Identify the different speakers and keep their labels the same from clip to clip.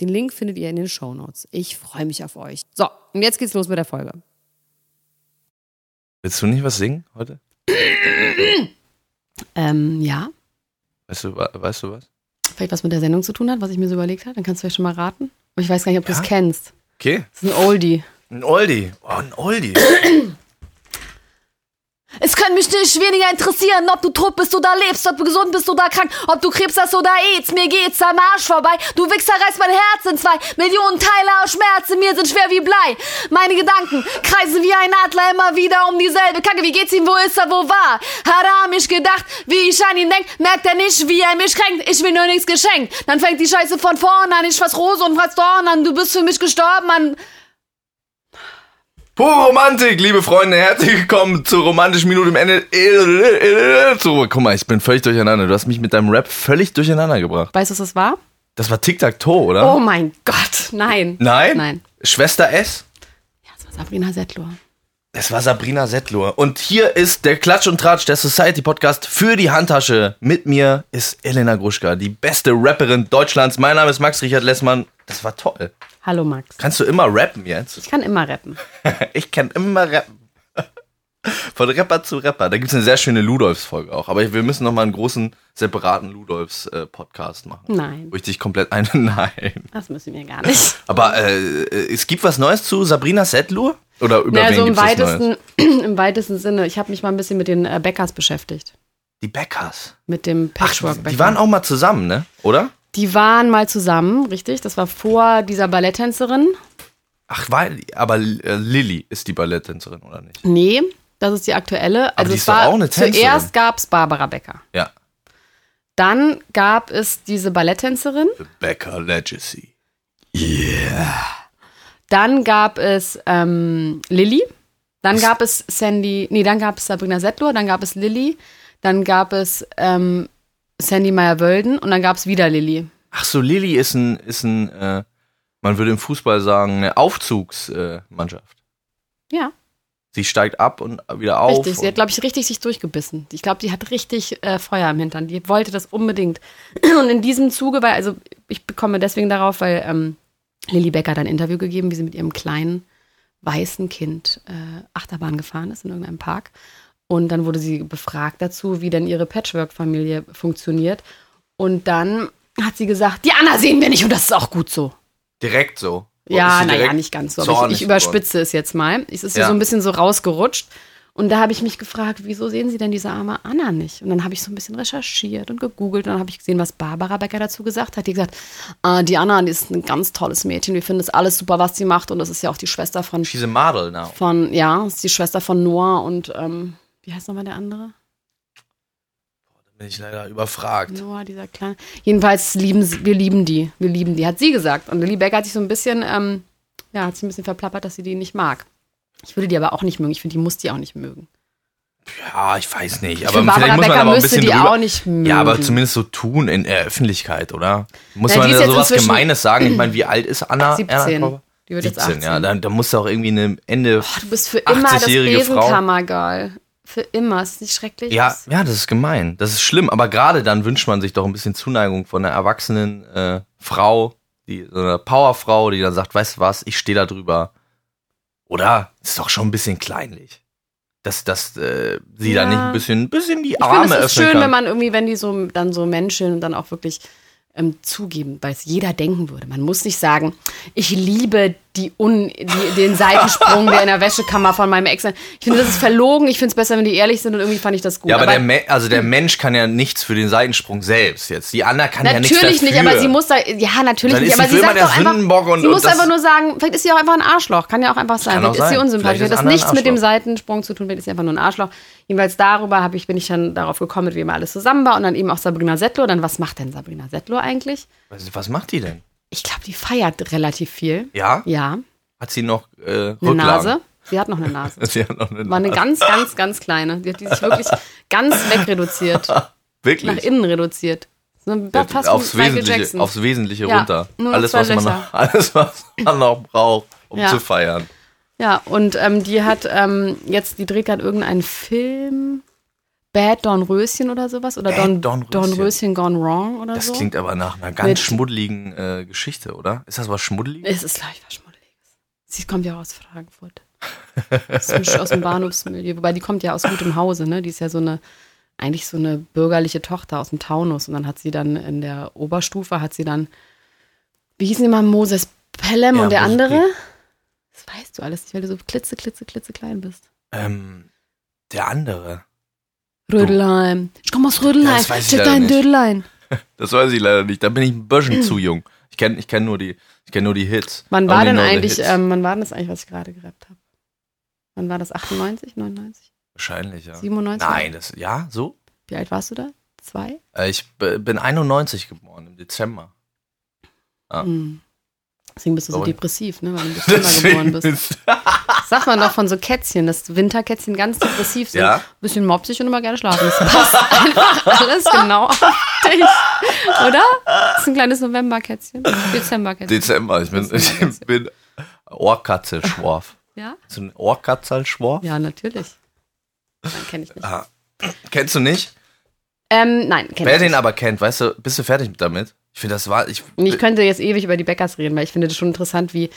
Speaker 1: Den Link findet ihr in den Shownotes. Ich freue mich auf euch. So, und jetzt geht's los mit der Folge.
Speaker 2: Willst du nicht was singen heute?
Speaker 1: Ähm, ja.
Speaker 2: Weißt du, wa- weißt du was?
Speaker 1: Vielleicht was mit der Sendung zu tun hat, was ich mir so überlegt habe. Dann kannst du ja schon mal raten. Aber ich weiß gar nicht, ob du es
Speaker 2: Ja?
Speaker 1: kennst.
Speaker 2: Okay.
Speaker 1: Das ist ein Oldie.
Speaker 2: Ein Oldie. Oh, ein Oldie.
Speaker 3: Es kann mich nicht weniger interessieren, ob du tot bist oder lebst, ob du gesund bist oder krank, ob du Krebs hast oder AIDS. Mir geht's am Arsch vorbei. Du Wichser reißt mein Herz in zwei. Millionen Teile aus Schmerzen, mir sind schwer wie Blei. Meine Gedanken kreisen wie ein Adler immer wieder um dieselbe Kacke. Wie geht's ihm? Wo ist er? Wo war? er? Hat er an mich gedacht? Wie ich an ihn denk, merkt er nicht, wie er mich kränkt. Ich will nur nichts geschenkt. Dann fängt die Scheiße von vorn an. Ich fass Rose und fass Dorn an. Du bist für mich gestorben an.
Speaker 2: Pure Romantik, liebe Freunde, herzlich willkommen zur romantischen Minute im Ende. So, guck mal, ich bin völlig durcheinander. Du hast mich mit deinem Rap völlig durcheinander gebracht.
Speaker 1: Weißt du, was das war?
Speaker 2: Das war Tic-Tac-Toe, oder?
Speaker 1: Oh mein Gott, nein.
Speaker 2: Nein?
Speaker 1: Nein.
Speaker 2: Schwester S?
Speaker 1: Ja, das war Sabrina Settlor.
Speaker 2: Es war Sabrina Settlur. Und hier ist der Klatsch und Tratsch, der Society Podcast für die Handtasche. Mit mir ist Elena Gruschka, die beste Rapperin Deutschlands. Mein Name ist Max Richard Lessmann. Das war toll.
Speaker 1: Hallo Max.
Speaker 2: Kannst du immer rappen jetzt?
Speaker 1: Ich kann immer rappen.
Speaker 2: Ich kann immer rappen. Von Rapper zu Rapper. Da gibt es eine sehr schöne Ludolfs-Folge auch. Aber wir müssen nochmal einen großen, separaten Ludolfs-Podcast machen.
Speaker 1: Nein,
Speaker 2: Wo ich dich komplett ein. Nein.
Speaker 1: das müssen wir gar nicht.
Speaker 2: Aber äh, es gibt was Neues zu Sabrina Settlur? Oder über
Speaker 1: Na,
Speaker 2: wen
Speaker 1: also im
Speaker 2: gibt's was Neues?
Speaker 1: weitesten, im weitesten Sinne. Ich habe mich mal ein bisschen mit den äh, Bäckers beschäftigt.
Speaker 2: Die Beckers.
Speaker 1: Mit dem
Speaker 2: Ach,
Speaker 1: patchwork
Speaker 2: die waren auch mal zusammen, ne? Oder?
Speaker 1: die waren mal zusammen, richtig? Das war vor dieser Balletttänzerin.
Speaker 2: Ach, weil, aber äh, Lilly ist die Balletttänzerin, oder nicht?
Speaker 1: Nee, das ist die aktuelle. Also
Speaker 2: die
Speaker 1: es
Speaker 2: ist doch
Speaker 1: war-
Speaker 2: auch eine Tänzerin.
Speaker 1: Zuerst gab es Barbara Becker.
Speaker 2: Ja.
Speaker 1: Dann gab es diese Balletttänzerin.
Speaker 2: The Becker Legacy.
Speaker 1: Dann gab es ähm, Lilly. Dann gab es Sandy, nee, dann gab es Sabrina Settler, dann gab es Lilly, dann gab es ähm, Sandy Meyer-Wölden und dann gab es wieder Lilly.
Speaker 2: Ach so, Lilly ist ein, ist ein äh, man würde im Fußball sagen, eine Aufzugsmannschaft. Äh, Mannschaft.
Speaker 1: Ja,
Speaker 2: sie steigt ab und wieder auf.
Speaker 1: richtig. Sie hat,
Speaker 2: und,
Speaker 1: glaube ich, richtig sich durchgebissen. Ich glaube, die hat richtig äh, Feuer im Hintern. Die wollte das unbedingt. Und in diesem Zuge, weil, also ich komme deswegen darauf, weil ähm, Lilly Becker hat ein Interview gegeben, wie sie mit ihrem kleinen weißen Kind äh, Achterbahn gefahren ist in irgendeinem Park. Und dann wurde sie befragt dazu, wie denn ihre Patchwork-Familie funktioniert. Und dann hat sie gesagt, die Anna sehen wir nicht und das ist auch gut so.
Speaker 2: direkt so.
Speaker 1: Ja,
Speaker 2: Ist sie
Speaker 1: naja,
Speaker 2: direkt
Speaker 1: nicht ganz so. Aber ich,
Speaker 2: zornig
Speaker 1: ich überspitze es jetzt mal. Es ist
Speaker 2: Ja.
Speaker 1: so ein bisschen so rausgerutscht. Und da habe ich mich gefragt, wieso sehen Sie denn diese arme Anna nicht? Und dann habe ich so ein bisschen recherchiert und gegoogelt. Und dann habe ich gesehen, was Barbara Becker dazu gesagt hat. Die hat gesagt, ah, die Anna die ist ein ganz tolles Mädchen. Wir finden das alles super, was sie macht. Und das ist ja auch die Schwester von,
Speaker 2: She's a model now.
Speaker 1: von ja, ist die Schwester von Noah und, ähm, wie heißt nochmal der andere?
Speaker 2: Bin ich leider überfragt.
Speaker 1: Noah, dieser kleine. Jedenfalls lieben sie, wir lieben die. Wir lieben die, hat sie gesagt. Und Lilly Becker hat sich so ein bisschen, ähm, ja, hat sich ein bisschen verplappert, dass sie die nicht mag. Ich würde die aber auch nicht mögen. Ich finde, die muss die auch nicht mögen.
Speaker 2: Ja, ich weiß nicht.
Speaker 1: Ich
Speaker 2: Aber
Speaker 1: finde, Barbara
Speaker 2: vielleicht muss man
Speaker 1: Becker
Speaker 2: aber auch ein
Speaker 1: müsste
Speaker 2: bisschen
Speaker 1: die
Speaker 2: drüber.
Speaker 1: auch nicht Hm. mögen.
Speaker 2: Ja, aber zumindest so tun in der Öffentlichkeit, oder? Muss
Speaker 1: Na, die
Speaker 2: man
Speaker 1: ist
Speaker 2: ja
Speaker 1: jetzt
Speaker 2: sowas
Speaker 1: inzwischen-
Speaker 2: Gemeines sagen? Ich meine, wie alt ist Anna?
Speaker 1: 17.
Speaker 2: Erna-
Speaker 1: Die wird
Speaker 2: 17,
Speaker 1: jetzt 18.
Speaker 2: ja. Da, da muss ja auch irgendwie eine Ende.
Speaker 1: Du bist für immer das
Speaker 2: 80-jährige Frau.
Speaker 1: Besenkammergirl. Für immer. Ist das nicht schrecklich?
Speaker 2: Ja, ja, das ist gemein. Das ist schlimm. Aber gerade dann wünscht man sich doch ein bisschen Zuneigung von einer erwachsenen äh, Frau, die, so einer Powerfrau, die dann sagt, weißt du was, ich stehe da drüber. Oder? Ist doch schon ein bisschen kleinlich. Dass, dass äh, sie da
Speaker 1: Ja.
Speaker 2: nicht ein bisschen, ein bisschen die
Speaker 1: Ich finde,
Speaker 2: Arme
Speaker 1: es ist
Speaker 2: öffnen
Speaker 1: schön,
Speaker 2: kann.
Speaker 1: wenn man irgendwie, wenn die so dann so Menschen und dann auch wirklich ähm, zugeben, weil es jeder denken würde. Man muss nicht sagen, ich liebe die Un, die, den Seitensprung, der in der Wäschekammer von meinem Ex. Ich finde, das ist verlogen. Ich finde es besser, wenn die ehrlich sind und irgendwie fand ich das gut.
Speaker 2: Ja, aber, der, Me also der Mensch kann ja nichts für den Seitensprung selbst jetzt. Die Anna kann ja nichts dafür.
Speaker 1: Natürlich nicht, aber sie muss da, ja, natürlich
Speaker 2: Dann
Speaker 1: nicht,
Speaker 2: ist sie
Speaker 1: aber
Speaker 2: für
Speaker 1: sie
Speaker 2: immer
Speaker 1: sagt
Speaker 2: der
Speaker 1: doch einfach,
Speaker 2: Sündenbock und-
Speaker 1: sie
Speaker 2: und
Speaker 1: muss
Speaker 2: das-
Speaker 1: einfach nur sagen, vielleicht ist sie auch einfach ein Arschloch, kann ja auch einfach sein,
Speaker 2: Kann auch
Speaker 1: vielleicht ist sie
Speaker 2: sein.
Speaker 1: unsympathisch,
Speaker 2: Vielleicht
Speaker 1: hat
Speaker 2: ist
Speaker 1: das
Speaker 2: Anna ein
Speaker 1: nichts mit dem
Speaker 2: Arschloch.
Speaker 1: Seitensprung zu tun, vielleicht ist sie einfach nur ein Arschloch. Jedenfalls darüber habe ich, bin ich dann darauf gekommen, mit wem alles zusammen war und dann eben auch Sabrina Settler. Dann was macht denn Sabrina Settler eigentlich?
Speaker 2: Was, was macht die denn?
Speaker 1: Ich glaube, die feiert relativ viel.
Speaker 2: Ja?
Speaker 1: Ja,
Speaker 2: Hat sie noch äh,
Speaker 1: eine
Speaker 2: Rücklagen?
Speaker 1: Nase. Sie hat noch eine Nase.
Speaker 2: Sie hat noch eine
Speaker 1: War eine
Speaker 2: Nase.
Speaker 1: ganz, ganz, ganz kleine. Die hat die sich wirklich ganz wegreduziert, nach
Speaker 2: Wirklich?
Speaker 1: innen reduziert. So ein- fast wie
Speaker 2: Äh, aufs,
Speaker 1: Michael
Speaker 2: Wesentliche,
Speaker 1: Jackson.
Speaker 2: aufs Wesentliche
Speaker 1: Ja,
Speaker 2: runter.
Speaker 1: nur noch
Speaker 2: Alles
Speaker 1: zwei
Speaker 2: was, man
Speaker 1: Löcher.
Speaker 2: noch, alles, was man noch braucht, um
Speaker 1: Ja.
Speaker 2: zu feiern.
Speaker 1: Ja, und ähm, die hat ähm, jetzt, die dreht gerade irgendeinen Film. Bad Don Röschen oder sowas? Oder Don,
Speaker 2: Bad
Speaker 1: Don,
Speaker 2: Dornröschen.
Speaker 1: Röschen Gone Wrong oder
Speaker 2: Das
Speaker 1: so?
Speaker 2: klingt aber nach einer ganz
Speaker 1: Mit-
Speaker 2: schmuddeligen äh, Geschichte, oder? Ist das was Schmuddeliges?
Speaker 1: es ist, glaube ich, was Schmuddeliges. Sie kommt ja auch aus Frankfurt. Das ist aus dem Bahnhofsmilieu. Wobei die kommt ja aus gutem Hause, ne? Die ist ja so eine, eigentlich so eine bürgerliche Tochter aus dem Taunus. Und dann hat sie dann in der Oberstufe, hat sie dann, wie hießen die mal, Moses Pelham
Speaker 2: Ja,
Speaker 1: und der
Speaker 2: Moses
Speaker 1: andere?
Speaker 2: Pelham.
Speaker 1: Das weißt du alles nicht, weil du so klitze, klitze, klitze klein bist.
Speaker 2: Ähm, der andere.
Speaker 1: Rödelheim. Ich komme aus Rödelheim.
Speaker 2: Das weiß ich
Speaker 1: Check
Speaker 2: leider
Speaker 1: dein
Speaker 2: nicht.
Speaker 1: Dödelheim.
Speaker 2: Das weiß ich leider nicht. Da bin ich ein bisschen zu jung. Ich kenne ich kenn nur, die- ich kenn nur die Hits.
Speaker 1: Wann war
Speaker 2: Only
Speaker 1: denn
Speaker 2: know the
Speaker 1: eigentlich,
Speaker 2: hits.
Speaker 1: ähm, wann war denn das eigentlich, was ich gerade gerappt habe? Wann war das? 98, 99,
Speaker 2: Wahrscheinlich, ja.
Speaker 1: 97?
Speaker 2: Nein, das, ja, so?
Speaker 1: Wie alt warst du da? Zwei?
Speaker 2: Äh, Ich b- bin 91 geboren, im Dezember. Ja.
Speaker 1: Hm. Deswegen bist du so
Speaker 2: Sorry.
Speaker 1: depressiv, ne? Weil du im Dezember geboren bist.
Speaker 2: ist-
Speaker 1: Das Sagt man doch von so Kätzchen, dass Winterkätzchen ganz depressiv sind.
Speaker 2: Ja.
Speaker 1: Bisschen mopsig und immer gerne schlafen. Das passt einfach alles genau auf dich. Oder? Das ist ein kleines Novemberkätzchen. Dezemberkätzchen.
Speaker 2: Dezember, ich bin, ich bin Ohrkatzelschworf.
Speaker 1: ja?
Speaker 2: So ein Ohrkatzelschworf?
Speaker 1: Ja, natürlich. Nein, kenne ich nicht.
Speaker 2: Ah. Kennst du nicht?
Speaker 1: Ähm, nein, kenne
Speaker 2: Wer
Speaker 1: ich
Speaker 2: den
Speaker 1: nicht.
Speaker 2: aber kennt, weißt du, bist du fertig mit damit? Ich finde, das war. Ich,
Speaker 1: Ich könnte jetzt ewig über die Beckers reden, weil ich finde das schon interessant, wie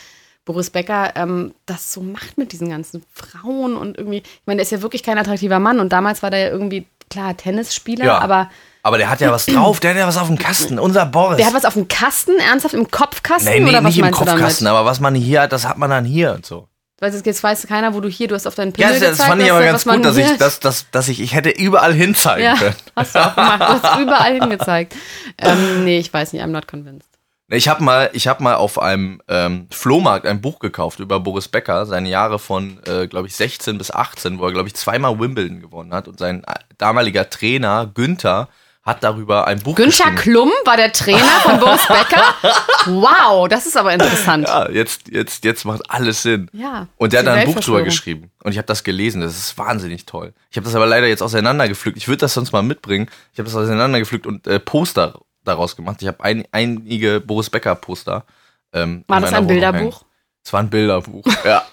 Speaker 1: Boris Becker ähm, das so macht mit diesen ganzen Frauen und irgendwie, ich meine, der ist ja wirklich kein attraktiver Mann und damals war der ja irgendwie, klar, Tennisspieler,
Speaker 2: Ja.
Speaker 1: aber
Speaker 2: aber der hat ja was drauf, der hat ja was auf dem Kasten. Unser Boris.
Speaker 1: der hat was auf dem Kasten, ernsthaft im Kopfkasten
Speaker 2: nee, nee,
Speaker 1: oder was
Speaker 2: nicht im
Speaker 1: meinst
Speaker 2: Kopfkasten,
Speaker 1: du damit?
Speaker 2: aber was man hier hat, das hat man dann hier und so.
Speaker 1: Weil es- jetzt weiß keiner, wo du hier, du hast auf deinen
Speaker 2: Ja,
Speaker 1: Pimmel
Speaker 2: das,
Speaker 1: gezeigt.
Speaker 2: das fand ich
Speaker 1: hast
Speaker 2: aber
Speaker 1: gesagt,
Speaker 2: ganz
Speaker 1: was man
Speaker 2: gut, dass ich,
Speaker 1: hier-
Speaker 2: dass, dass, dass ich, ich hätte überall hinzeigen
Speaker 1: ja,
Speaker 2: können.
Speaker 1: hast du auch gemacht, du hast überall hingezeigt. Ähm, nee, ich weiß nicht, I'm not convinced.
Speaker 2: Ich habe mal, ich hab mal auf einem ähm, Flohmarkt ein Buch gekauft über Boris Becker, seine Jahre von, äh, glaube ich, 16 bis 18, wo er, glaube ich, zweimal Wimbledon gewonnen hat. Und sein äh, damaliger Trainer Günther hat darüber ein Buch
Speaker 1: Günther
Speaker 2: geschrieben.
Speaker 1: Klum war der Trainer von Boris Becker? Wow, das ist aber interessant.
Speaker 2: Ja, Ah, jetzt, jetzt, jetzt macht alles Sinn.
Speaker 1: Ja,
Speaker 2: Und der hat
Speaker 1: die
Speaker 2: da ein Buch drüber
Speaker 1: Weltverschwörung.
Speaker 2: geschrieben. Und ich habe das gelesen. Das ist wahnsinnig toll. Ich habe das aber leider jetzt auseinandergepflückt. Ich würde das sonst mal mitbringen. Ich habe das auseinandergepflückt und äh, Poster daraus gemacht. Ich habe ein, einige Boris Becker Poster. Ähm,
Speaker 1: War
Speaker 2: in
Speaker 1: das
Speaker 2: meiner
Speaker 1: ein
Speaker 2: Wohnung hängen.
Speaker 1: Bilderbuch?
Speaker 2: Es war ein Bilderbuch. Ja.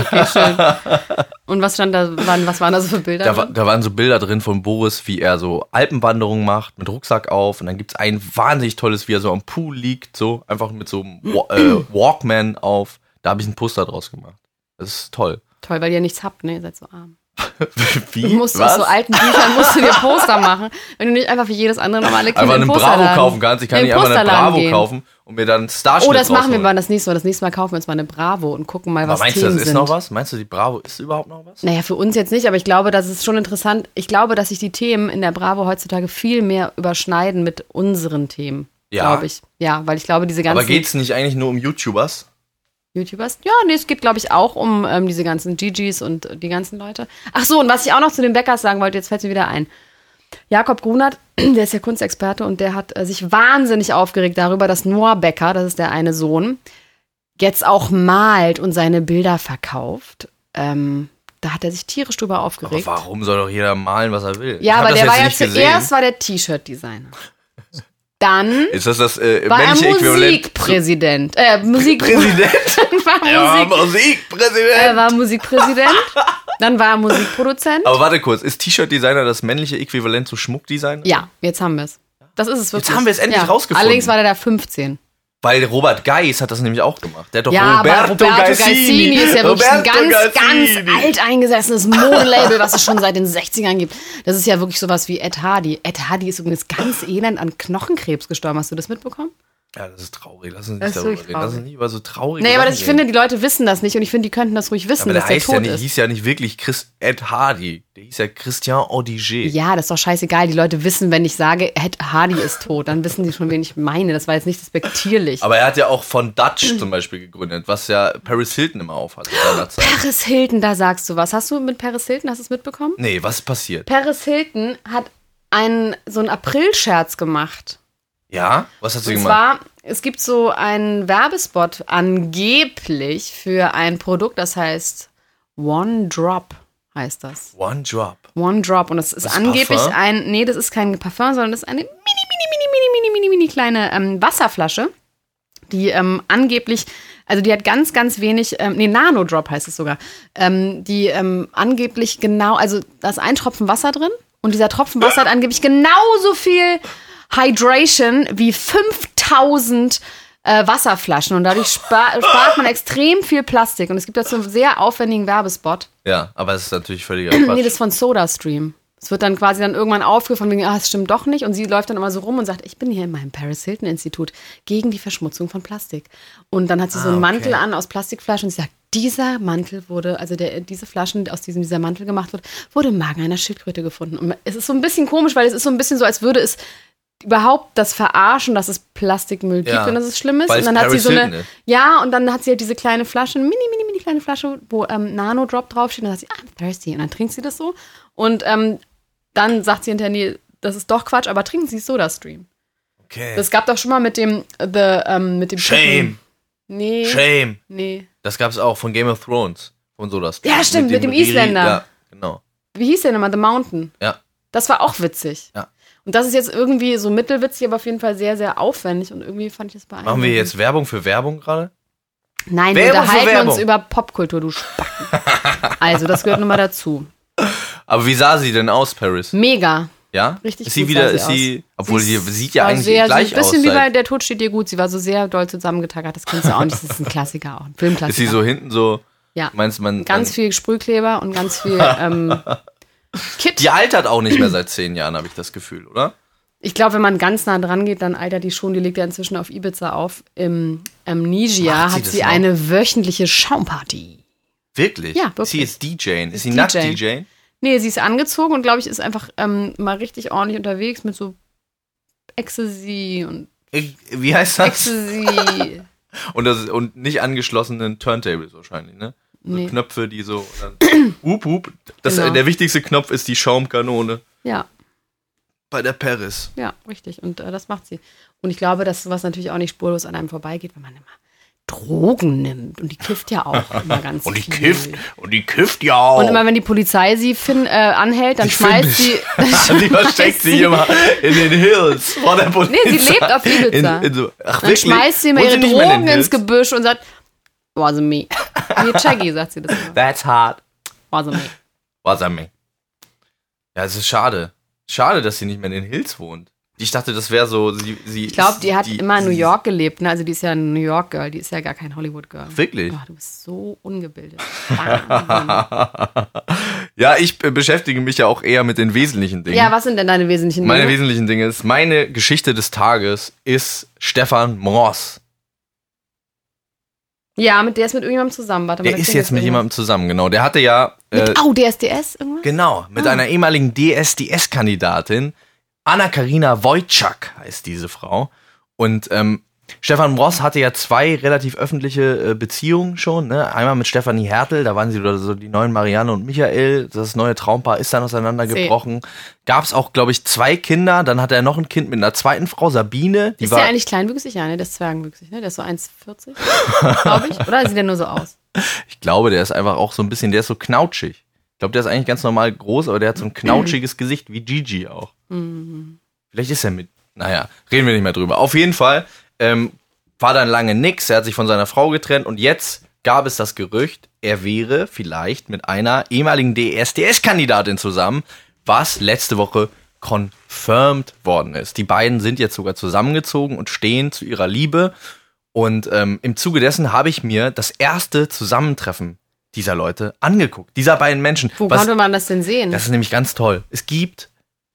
Speaker 1: Okay, schön. Und was stand da, waren, was waren da so für Bilder?
Speaker 2: Da, wa-
Speaker 1: drin?
Speaker 2: da waren so Bilder drin von Boris, wie er so Alpenwanderungen macht, mit Rucksack auf. Und dann gibt's ein wahnsinnig tolles, wie er so am Pool liegt, so einfach mit so einem Wa äh, Walkman auf. Da habe ich ein Poster draus gemacht. Das ist toll.
Speaker 1: Toll, weil ihr nichts habt, ne? Ihr seid so arm.
Speaker 2: wie?
Speaker 1: Du musst
Speaker 2: Was?
Speaker 1: aus so alten Büchern musst du dir Poster machen, wenn du nicht einfach für jedes andere normale Kind
Speaker 2: einfach einen Bravo
Speaker 1: Posterladen-
Speaker 2: kaufen kannst. Ich kann
Speaker 1: in
Speaker 2: nicht
Speaker 1: den
Speaker 2: einfach eine
Speaker 1: Posterladen
Speaker 2: Bravo
Speaker 1: gehen.
Speaker 2: kaufen und mir dann einen Starschnitt
Speaker 1: Oh, das machen wir
Speaker 2: rausholen.
Speaker 1: mal das nächste Mal. Das nächste Mal kaufen wir uns mal eine Bravo und gucken mal, was
Speaker 2: Aber meinst du,
Speaker 1: Themen
Speaker 2: das ist
Speaker 1: sind.
Speaker 2: noch was? Meinst du, die Bravo ist überhaupt noch was?
Speaker 1: Naja, für uns jetzt nicht, aber ich glaube, das ist schon interessant. Ich glaube, dass sich die Themen in der Bravo heutzutage viel mehr überschneiden mit unseren Themen.
Speaker 2: Ja.
Speaker 1: Glaube ich. Ja, weil ich glaube, diese ganzen.
Speaker 2: Aber geht's nicht eigentlich nur um YouTubers?
Speaker 1: YouTubers? Ja, nee, es geht, glaube ich, auch um ähm, diese ganzen GGs und äh, die ganzen Leute. Ach so, und was ich auch noch zu den Bäckers sagen wollte, jetzt fällt mir wieder ein. Jakob Grunert, der ist ja Kunstexperte und der hat äh, sich wahnsinnig aufgeregt darüber, dass Noah Becker, das ist der eine Sohn, jetzt auch malt und seine Bilder verkauft. Ähm, da hat er sich tierisch drüber
Speaker 2: Aber
Speaker 1: aufgeregt.
Speaker 2: warum soll doch jeder malen, was er will? Ich
Speaker 1: Ja,
Speaker 2: hab
Speaker 1: aber
Speaker 2: das
Speaker 1: der war ja
Speaker 2: jetzt nicht
Speaker 1: zuerst war der T-Shirt-Designer. Dann
Speaker 2: Ist das das äh,
Speaker 1: war er
Speaker 2: männliche Äquivalent?
Speaker 1: Musikpräsident. Äh, Musik Ähm.
Speaker 2: Präsident?
Speaker 1: war
Speaker 2: Ja,
Speaker 1: Musik
Speaker 2: Musikpräsident.
Speaker 1: Er war Musikpräsident, dann war er Musikproduzent.
Speaker 2: Aber warte kurz, ist T-Shirt-Designer das männliche Äquivalent zu Schmuckdesigner?
Speaker 1: Ja, jetzt haben wir es. Das ist es wirklich.
Speaker 2: haben wir es endlich
Speaker 1: ja.
Speaker 2: rausgefunden.
Speaker 1: Allerdings war der da 15.
Speaker 2: Weil Robert Geis hat das nämlich auch gemacht. Der hat doch
Speaker 1: Ja, aber
Speaker 2: Roberto,
Speaker 1: Roberto Gaisini, ist ja wirklich
Speaker 2: Roberto
Speaker 1: ein ganz,
Speaker 2: Gaisini.
Speaker 1: ganz alteingesessenes Modelabel, was es schon seit den 60ern gibt. Das ist ja wirklich sowas wie Ed Hardy. Ed Hardy ist übrigens ganz elend an Knochenkrebs gestorben. Hast du das mitbekommen?
Speaker 2: Ja, das ist traurig. Lass uns
Speaker 1: Das ist
Speaker 2: nicht darüber
Speaker 1: wirklich
Speaker 2: reden. Lass uns
Speaker 1: traurig.
Speaker 2: nicht über so traurig.
Speaker 1: Nee, aber das, ich finde, die Leute wissen das nicht und ich finde, die könnten das ruhig wissen,
Speaker 2: aber der,
Speaker 1: dass der
Speaker 2: heißt ja
Speaker 1: tot
Speaker 2: nicht,
Speaker 1: ist.
Speaker 2: hieß ja nicht wirklich Chris Ed Hardy. Der hieß ja Christian Audiger.
Speaker 1: Ja, das ist doch scheißegal. Die Leute wissen, wenn ich sage, Ed Hardy ist tot, dann wissen die schon, wen ich meine. Das war jetzt nicht respektierlich.
Speaker 2: Aber er hat ja auch von Dutch zum Beispiel gegründet, was ja Paris Hilton immer aufhatte seinerzeit.
Speaker 1: Paris Hilton, da sagst du was. Hast du mit Paris Hilton, hast du es mitbekommen?
Speaker 2: Nee, was ist passiert?
Speaker 1: Paris Hilton hat einen, so einen April-Scherz gemacht.
Speaker 2: Ja? Was hat sie
Speaker 1: Und
Speaker 2: gemacht?
Speaker 1: zwar, es gibt so einen Werbespot angeblich für ein Produkt, das heißt One Drop heißt das.
Speaker 2: One Drop.
Speaker 1: One Drop. Und das ist
Speaker 2: Das
Speaker 1: angeblich
Speaker 2: Parfum?
Speaker 1: ein, nee, das ist kein Parfum, sondern das ist eine mini, mini, mini, mini, mini, mini, mini kleine ähm, Wasserflasche, die ähm, angeblich, also die hat ganz, ganz wenig, ähm, nee, Nano Drop heißt es sogar, ähm, die ähm, angeblich genau, also da ist ein Tropfen Wasser drin und dieser Tropfen Wasser hat angeblich genauso viel Hydration wie 5000 äh, Wasserflaschen und dadurch spa spart man extrem viel Plastik und es gibt dazu einen sehr aufwendigen Werbespot.
Speaker 2: Ja, aber es ist natürlich völliger
Speaker 1: Nee,
Speaker 2: Quatsch.
Speaker 1: das ist von SodaStream. Es wird dann quasi dann irgendwann aufgefangen, wegen, ah, es stimmt doch nicht. Und sie läuft dann immer so rum und sagt, ich bin hier in meinem Paris Hilton Institut gegen die Verschmutzung von Plastik. Und dann hat sie so einen
Speaker 2: Ah, okay.
Speaker 1: Mantel an aus Plastikflaschen und sie sagt, dieser Mantel wurde, also der, diese Flaschen, aus diesem dieser Mantel gemacht wird, wurde im Magen einer Schildkröte gefunden. Und es ist so ein bisschen komisch, weil es ist so ein bisschen so, als würde es überhaupt das verarschen, dass es Plastikmüll gibt
Speaker 2: Ja,
Speaker 1: und dass es schlimm ist.
Speaker 2: weil
Speaker 1: Und
Speaker 2: es
Speaker 1: dann hat sie
Speaker 2: Paris
Speaker 1: so eine,
Speaker 2: Hilton ist.
Speaker 1: ja, und dann hat sie halt diese kleine Flasche, mini, mini, mini kleine Flasche, wo ähm, Nano Drop draufsteht. Und dann sagt sie, I'm thirsty. Und dann trinkt sie das so. Und ähm, dann sagt sie hinterher, nee, das ist doch Quatsch, aber trinken Sie Soda Stream.
Speaker 2: Okay.
Speaker 1: Das gab doch schon mal mit dem, the, ähm, mit dem
Speaker 2: Shame.
Speaker 1: Typen. Nee.
Speaker 2: Shame.
Speaker 1: Nee.
Speaker 2: Das gab's auch von Game of Thrones. Von Sodas.
Speaker 1: Ja, stimmt, mit dem Isländer.
Speaker 2: Ja, genau.
Speaker 1: Wie hieß der nochmal? The Mountain.
Speaker 2: Ja.
Speaker 1: Das war auch witzig.
Speaker 2: Ja.
Speaker 1: Und das ist jetzt irgendwie so mittelwitzig, aber auf jeden Fall sehr, sehr aufwendig und irgendwie fand ich das beeindruckend.
Speaker 2: Machen wir jetzt Werbung für Werbung gerade?
Speaker 1: Nein, wir
Speaker 2: Werbung für
Speaker 1: unterhalten uns
Speaker 2: Werbung.
Speaker 1: über Popkultur, du Spacken. also, das gehört nun mal dazu.
Speaker 2: Aber wie sah sie denn aus, Paris?
Speaker 1: Mega.
Speaker 2: Ja?
Speaker 1: Richtig
Speaker 2: ist sie
Speaker 1: gut
Speaker 2: wieder,
Speaker 1: sah
Speaker 2: ist
Speaker 1: sie
Speaker 2: sie, obwohl sie,
Speaker 1: ist-
Speaker 2: sieht ja
Speaker 1: war
Speaker 2: eigentlich
Speaker 1: sehr,
Speaker 2: gleich
Speaker 1: so ein bisschen
Speaker 2: aus.
Speaker 1: wie bei
Speaker 2: seit-
Speaker 1: Der Tod steht dir gut. Sie war so sehr doll zusammengetackert. Das kennst du auch nicht. Das ist ein Klassiker auch. Ein Filmklassiker.
Speaker 2: ist sie so hinten so,
Speaker 1: Ja.
Speaker 2: meinst du, ähm, man.
Speaker 1: Ganz
Speaker 2: man,
Speaker 1: viel Sprühkleber und ganz viel ähm, Kit.
Speaker 2: Die altert auch nicht mehr seit zehn Jahren, habe ich das Gefühl, oder?
Speaker 1: Ich glaube, wenn man ganz nah dran geht, dann altert die schon. Die legt ja inzwischen auf Ibiza auf. Im Amnesia
Speaker 2: Macht sie
Speaker 1: hat
Speaker 2: das
Speaker 1: sie
Speaker 2: noch?
Speaker 1: eine wöchentliche Schaumparty.
Speaker 2: Wirklich?
Speaker 1: Ja, wirklich.
Speaker 2: Ist sie jetzt DJ? Ist, sie
Speaker 1: DJ.
Speaker 2: nackt DJ?
Speaker 1: Nee, sie ist angezogen und glaube ich, ist einfach ähm, mal richtig ordentlich unterwegs mit so Ecstasy und
Speaker 2: Ich- Wie heißt das?
Speaker 1: Ecstasy.
Speaker 2: Und, das, und nicht angeschlossenen Turntables wahrscheinlich, ne? So
Speaker 1: Nee.
Speaker 2: Knöpfe, die so. Und dann, hup, hup. Das,
Speaker 1: Genau.
Speaker 2: Der wichtigste Knopf ist die Schaumkanone
Speaker 1: ja.
Speaker 2: bei der Paris.
Speaker 1: Ja, richtig. Und äh, das macht sie. Und ich glaube, dass sowas natürlich auch nicht spurlos an einem vorbeigeht, wenn man immer Drogen nimmt. Und die kifft ja auch immer ganz
Speaker 2: Und die
Speaker 1: viel.
Speaker 2: kifft, und die kifft ja auch.
Speaker 1: Und immer, wenn die Polizei sie fin äh, anhält, dann
Speaker 2: Die
Speaker 1: schmeißt sie.
Speaker 2: findet- die versteckt sich immer in den Hills vor der Polizei.
Speaker 1: Nee, sie lebt auf Ibiza.
Speaker 2: In, in so, ach,
Speaker 1: Dann
Speaker 2: wirklich?
Speaker 1: schmeißt sie immer
Speaker 2: Wohnt
Speaker 1: ihre
Speaker 2: nicht mehr in den
Speaker 1: Drogen ins
Speaker 2: Hills?
Speaker 1: Gebüsch und sagt, wasn't me. Wie Chaggy sagt sie das immer.
Speaker 2: That's hard.
Speaker 1: Wasn't me.
Speaker 2: Was am Ende. Ja, es ist schade. Schade, dass sie nicht mehr in den Hills wohnt. Ich dachte, das wäre so, sie, sie
Speaker 1: Ich glaube, die hat immer in New
Speaker 2: sie-
Speaker 1: York gelebt. Ne? Also die ist ja eine New York Girl, die ist ja gar kein Hollywood Girl.
Speaker 2: Wirklich?
Speaker 1: Oh, du bist so ungebildet. Wahnsinn.
Speaker 2: ja, ich äh, beschäftige mich ja auch eher mit den wesentlichen Dingen.
Speaker 1: ja, was sind denn deine wesentlichen
Speaker 2: meine
Speaker 1: Dinge?
Speaker 2: wesentlichen Dinge ist, meine Geschichte des Tages ist Stefan Mross.
Speaker 1: Ja, mit der ist mit irgendjemandem zusammen. Warte mal,
Speaker 2: Der
Speaker 1: da
Speaker 2: ist
Speaker 1: klingelt
Speaker 2: jetzt mit
Speaker 1: irgendwas.
Speaker 2: jemandem zusammen, genau. Der hatte ja, äh,
Speaker 1: Mit, Ah. oh, DSDS irgendwas?
Speaker 2: genau, mit einer ehemaligen DSDS-Kandidatin, Anna-Karina Wojcik heißt diese Frau. Und ähm, Stefan Mross hatte ja zwei relativ öffentliche äh, Beziehungen schon. Ne? Einmal mit Stefanie Hertel, da waren sie oder so die neuen Marianne und Michael. Das neue Traumpaar ist dann auseinandergebrochen. Gab es auch, glaube ich, zwei Kinder. Dann hatte er noch ein Kind mit einer zweiten Frau, Sabine. Die
Speaker 1: Ist
Speaker 2: war
Speaker 1: der eigentlich kleinwüchsig? Ja, ne? Der ist zwergenwüchsig, ne? Der ist so 1,40, glaube ich. Oder sieht der nur so aus?
Speaker 2: Ich glaube, der ist einfach auch so ein bisschen, der ist so knautschig. Ich glaube, der ist eigentlich ganz normal groß, aber der hat so ein knautschiges Gesicht wie Gigi auch. Vielleicht ist er mit. Naja, reden wir nicht mehr drüber. Auf jeden Fall ähm, war dann lange nix. Er hat sich von seiner Frau getrennt und jetzt gab es das Gerücht, er wäre vielleicht mit einer ehemaligen DSDS-Kandidatin zusammen, was letzte Woche confirmed worden ist. Die beiden sind jetzt sogar zusammengezogen und stehen zu ihrer Liebe. Und ähm, im Zuge dessen habe ich mir das erste Zusammentreffen dieser Leute angeguckt, dieser beiden Menschen.
Speaker 1: Wo
Speaker 2: Was-
Speaker 1: konnte man das denn sehen?
Speaker 2: das ist nämlich ganz toll. Es gibt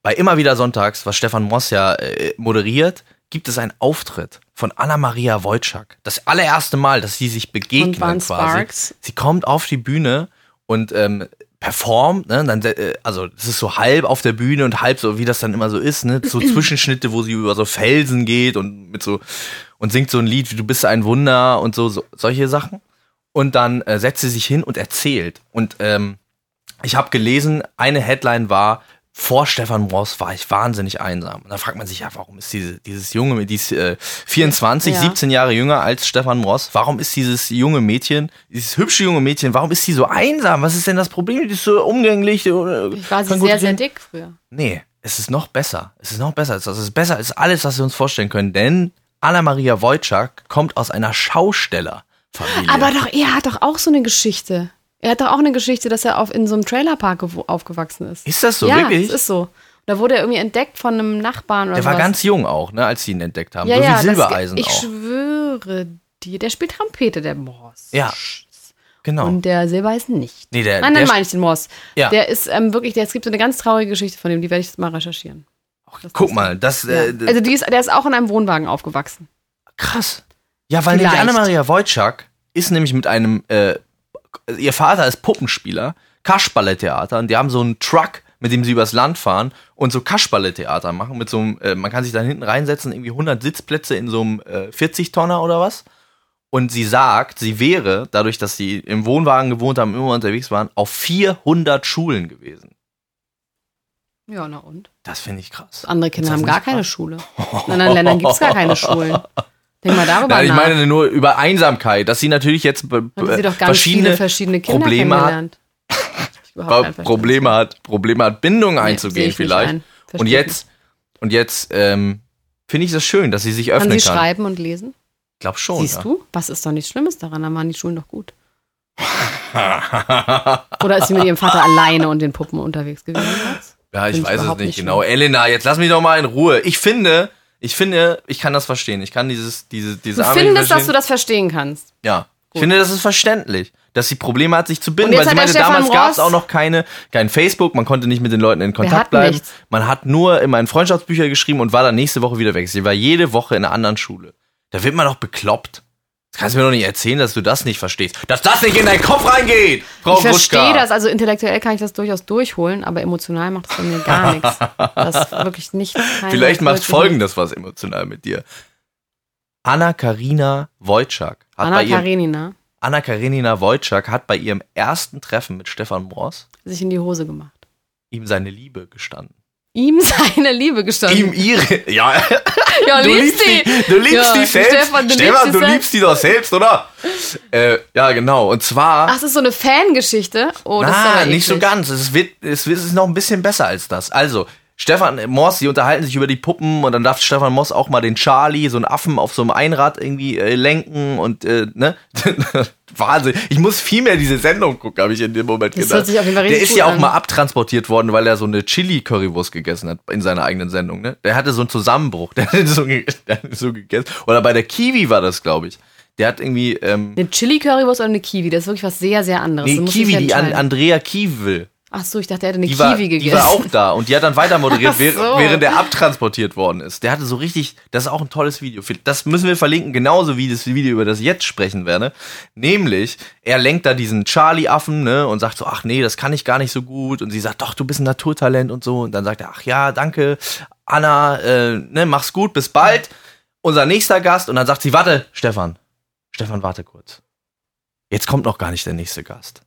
Speaker 2: bei immer wieder Sonntags, was Stefan Moss ja äh, moderiert, gibt es einen Auftritt von Anna-Maria Wojcik. Das allererste Mal, dass sie sich begegnen
Speaker 4: Und Van
Speaker 2: quasi.
Speaker 4: Sparks.
Speaker 2: Sie kommt auf die Bühne und ähm, performt, ne? Dann, äh, also das ist so halb auf der Bühne und halb so, wie das dann immer so ist, ne? So Zwischenschnitte, wo sie über so Felsen geht und mit so und singt so ein Lied wie Du bist ein Wunder und so, so solche Sachen. Und dann äh, setzt sie sich hin und erzählt. Und ähm, ich habe gelesen, eine Headline war, vor Stefan Ross war ich wahnsinnig einsam. Und da fragt man sich ja, warum ist diese, dieses junge, dieses äh, 24,
Speaker 4: Ja.
Speaker 2: 17 Jahre jünger als Stefan Ross, warum ist dieses junge Mädchen, dieses hübsche junge Mädchen, warum ist sie so einsam? Was ist denn das Problem? Die ist so umgänglich. äh,
Speaker 4: Ich war sie
Speaker 2: kann gut
Speaker 4: sehr, sehr
Speaker 2: reden.
Speaker 4: dick früher.
Speaker 2: Nee, es ist noch besser. Es ist noch besser. Es ist besser als alles, was wir uns vorstellen können. Denn Anna-Maria Wojcik kommt aus einer Schaustellerfamilie.
Speaker 1: Aber doch, er hat doch auch so eine Geschichte. Er hat doch auch eine Geschichte, dass er auf, in so einem Trailerpark gewo- aufgewachsen ist.
Speaker 2: ist das so
Speaker 1: ja,
Speaker 2: wirklich?
Speaker 1: das ist so. Da wurde er irgendwie entdeckt von einem Nachbarn oder
Speaker 2: Der war
Speaker 1: sowas.
Speaker 2: ganz jung auch, ne, als sie ihn entdeckt haben.
Speaker 1: ja,
Speaker 2: so
Speaker 1: ja,
Speaker 2: wie Silbereisen
Speaker 1: das, Ich
Speaker 2: auch.
Speaker 1: schwöre dir, der spielt Trompete, der Moss.
Speaker 2: Ja, genau.
Speaker 1: Und der Silbereisen nicht.
Speaker 2: nee, der,
Speaker 1: Nein,
Speaker 2: der
Speaker 1: dann meine ich den Moss.
Speaker 2: Ja.
Speaker 1: Der ist ähm, wirklich, der, es gibt so eine ganz traurige Geschichte von dem, die werde ich jetzt mal recherchieren.
Speaker 2: guck mal, das
Speaker 1: Ja.
Speaker 2: äh, d-
Speaker 1: Also die ist, der ist auch in einem Wohnwagen aufgewachsen.
Speaker 2: krass. Ja, weil nämlich
Speaker 1: Vielleicht.
Speaker 2: Anna-Maria Wojcik ist nämlich mit einem äh, ihr Vater ist Puppenspieler, Kasperle-Theater und die haben so einen Truck, mit dem sie übers Land fahren und so Kasperle-Theater machen mit so einem äh, man kann sich da hinten reinsetzen, irgendwie 100 Sitzplätze in so einem äh, 40 Tonner oder was. Und sie sagt, sie wäre, dadurch, dass sie im Wohnwagen gewohnt haben, immer unterwegs waren, auf 400 Schulen gewesen.
Speaker 1: Ja, na und?
Speaker 2: Das finde ich krass.
Speaker 1: Andere Kinder
Speaker 2: Ist das
Speaker 1: haben gar
Speaker 2: nicht
Speaker 1: keine
Speaker 2: krass?
Speaker 1: Schule. In anderen Ländern gibt es gar keine Schulen. Denk mal darüber
Speaker 2: Nein, ich
Speaker 1: nach.
Speaker 2: meine nur über Einsamkeit, dass sie natürlich jetzt be-
Speaker 1: Hatte sie doch ganz
Speaker 2: verschiedene,
Speaker 1: viele verschiedene Kinder
Speaker 2: Probleme hat,
Speaker 1: kennengelernt. Hab ich überhaupt
Speaker 2: Pro-
Speaker 1: kein Verständnis.
Speaker 2: Probleme hat, Probleme hat, Bindung
Speaker 1: seh
Speaker 2: einzugehen
Speaker 1: ich nicht
Speaker 2: vielleicht.
Speaker 1: ein. Verstehe
Speaker 2: Und
Speaker 1: ich
Speaker 2: jetzt, und jetzt ähm, finde ich das schön, dass sie sich
Speaker 1: Kann
Speaker 2: öffnen
Speaker 1: sie
Speaker 2: kann.
Speaker 1: schreiben und lesen?
Speaker 2: Ich glaube schon.
Speaker 1: Siehst
Speaker 2: ja.
Speaker 1: du? Was ist doch nichts Schlimmes daran? Dann waren die Schulen doch gut. Oder ist sie mit ihrem Vater alleine und den Puppen unterwegs gewesen?
Speaker 2: Ja, ich
Speaker 1: Find ich
Speaker 2: weiß es nicht,
Speaker 1: überhaupt nicht
Speaker 2: genau. Elena, jetzt lass mich doch mal in Ruhe. Ich finde, ich finde, ich kann das verstehen. Ich kann dieses, diese, diese
Speaker 1: Du
Speaker 2: Arme
Speaker 1: findest, dass
Speaker 2: verstehen.
Speaker 1: du das verstehen kannst.
Speaker 2: Ja. Ich finde, das ist verständlich, dass sie Probleme hat, sich zu binden,
Speaker 1: Und jetzt
Speaker 2: weil sie
Speaker 1: hat der
Speaker 2: meinte,
Speaker 1: Stefan
Speaker 2: damals gab es
Speaker 1: Ross-
Speaker 2: auch noch keine, kein Facebook, man konnte nicht mit den Leuten in
Speaker 1: hatten
Speaker 2: Kontakt bleiben.
Speaker 1: nichts.
Speaker 2: Man hat nur immer in Freundschaftsbücher geschrieben und war dann nächste Woche wieder weg. Sie war jede Woche in einer anderen Schule. Da wird man doch bekloppt. Das kannst du mir doch nicht erzählen, dass du das nicht verstehst. Dass das nicht in deinen Kopf reingeht, Frau
Speaker 1: Ich verstehe
Speaker 2: Gruschka.
Speaker 1: das, also intellektuell kann ich das durchaus durchholen, aber emotional macht das bei mir gar nichts. Das ist wirklich nichts. keine-
Speaker 2: Vielleicht macht
Speaker 1: wirklich
Speaker 2: folgendes was emotional mit dir. Anna-Karina Wojcik hat
Speaker 1: Anna
Speaker 2: bei ihrem,
Speaker 1: Karenina
Speaker 2: Anna Karenina Wojcik hat bei ihrem ersten Treffen mit Stefan Bross
Speaker 1: sich in die Hose gemacht.
Speaker 2: ihm seine Liebe gestanden.
Speaker 1: Ihm seine Liebe gestanden.
Speaker 2: Ihm ihre. Ja,
Speaker 1: ja,
Speaker 2: du liebst die. Du liebst
Speaker 1: Ja,
Speaker 2: die selbst.
Speaker 1: Stefan, du liebst die
Speaker 2: du
Speaker 1: selbst.
Speaker 2: liebst die doch selbst, oder? Äh, ja, genau. Und zwar.
Speaker 1: Ach, das ist so eine Fangeschichte? Oh, das ist
Speaker 2: na,
Speaker 1: aber
Speaker 2: nicht so
Speaker 1: eklig.
Speaker 2: ganz. Es, wird, es, wird, es ist noch ein bisschen besser als das. Also, Stefan Moss, die unterhalten sich über die Puppen und dann darf Stefan Moss auch mal den Charlie, so einen Affen, auf so einem Einrad irgendwie äh, lenken und, äh, ne? Wahnsinn. Ich muss viel mehr diese Sendung gucken, habe ich in dem Moment
Speaker 1: Das
Speaker 2: gedacht.
Speaker 1: hört sich auf jeden Fall
Speaker 2: Der
Speaker 1: richtig
Speaker 2: ist
Speaker 1: gut
Speaker 2: ja auch
Speaker 1: an.
Speaker 2: mal abtransportiert worden, weil er so eine Chili-Currywurst gegessen hat in seiner eigenen Sendung, ne? Der hatte so einen Zusammenbruch. Der hat so, ge der hat so gegessen. Oder bei der Kiwi war das, glaube ich. Der hat irgendwie, ähm,
Speaker 1: Eine Chili-Currywurst oder eine Kiwi? Das ist wirklich was sehr, sehr anderes.
Speaker 2: nee,
Speaker 1: Du musst
Speaker 2: Kiwi,
Speaker 1: dich
Speaker 2: die an
Speaker 1: entscheiden.
Speaker 2: Andrea Kiewel.
Speaker 1: Ach so, ich dachte, er hätte eine
Speaker 2: Die
Speaker 1: Kiwi
Speaker 2: war,
Speaker 1: gegessen.
Speaker 2: die war auch da und die hat dann weiter moderiert,
Speaker 1: Ach
Speaker 2: während-
Speaker 1: so.
Speaker 2: während er abtransportiert worden ist. Der hatte so richtig, das ist auch ein tolles Video. Das müssen wir verlinken, genauso wie das Video, über das ich jetzt sprechen werde. Nämlich, er lenkt da diesen Charlie-Affen ne, und sagt so, ach nee, das kann ich gar nicht so gut. Und sie sagt, doch, du bist ein Naturtalent und so. Und dann sagt er, ach ja, danke, Anna, äh, ne, mach's gut, bis bald. Unser nächster Gast. Und dann sagt sie, warte, Stefan, Stefan, warte kurz. Jetzt kommt noch gar nicht der nächste Gast.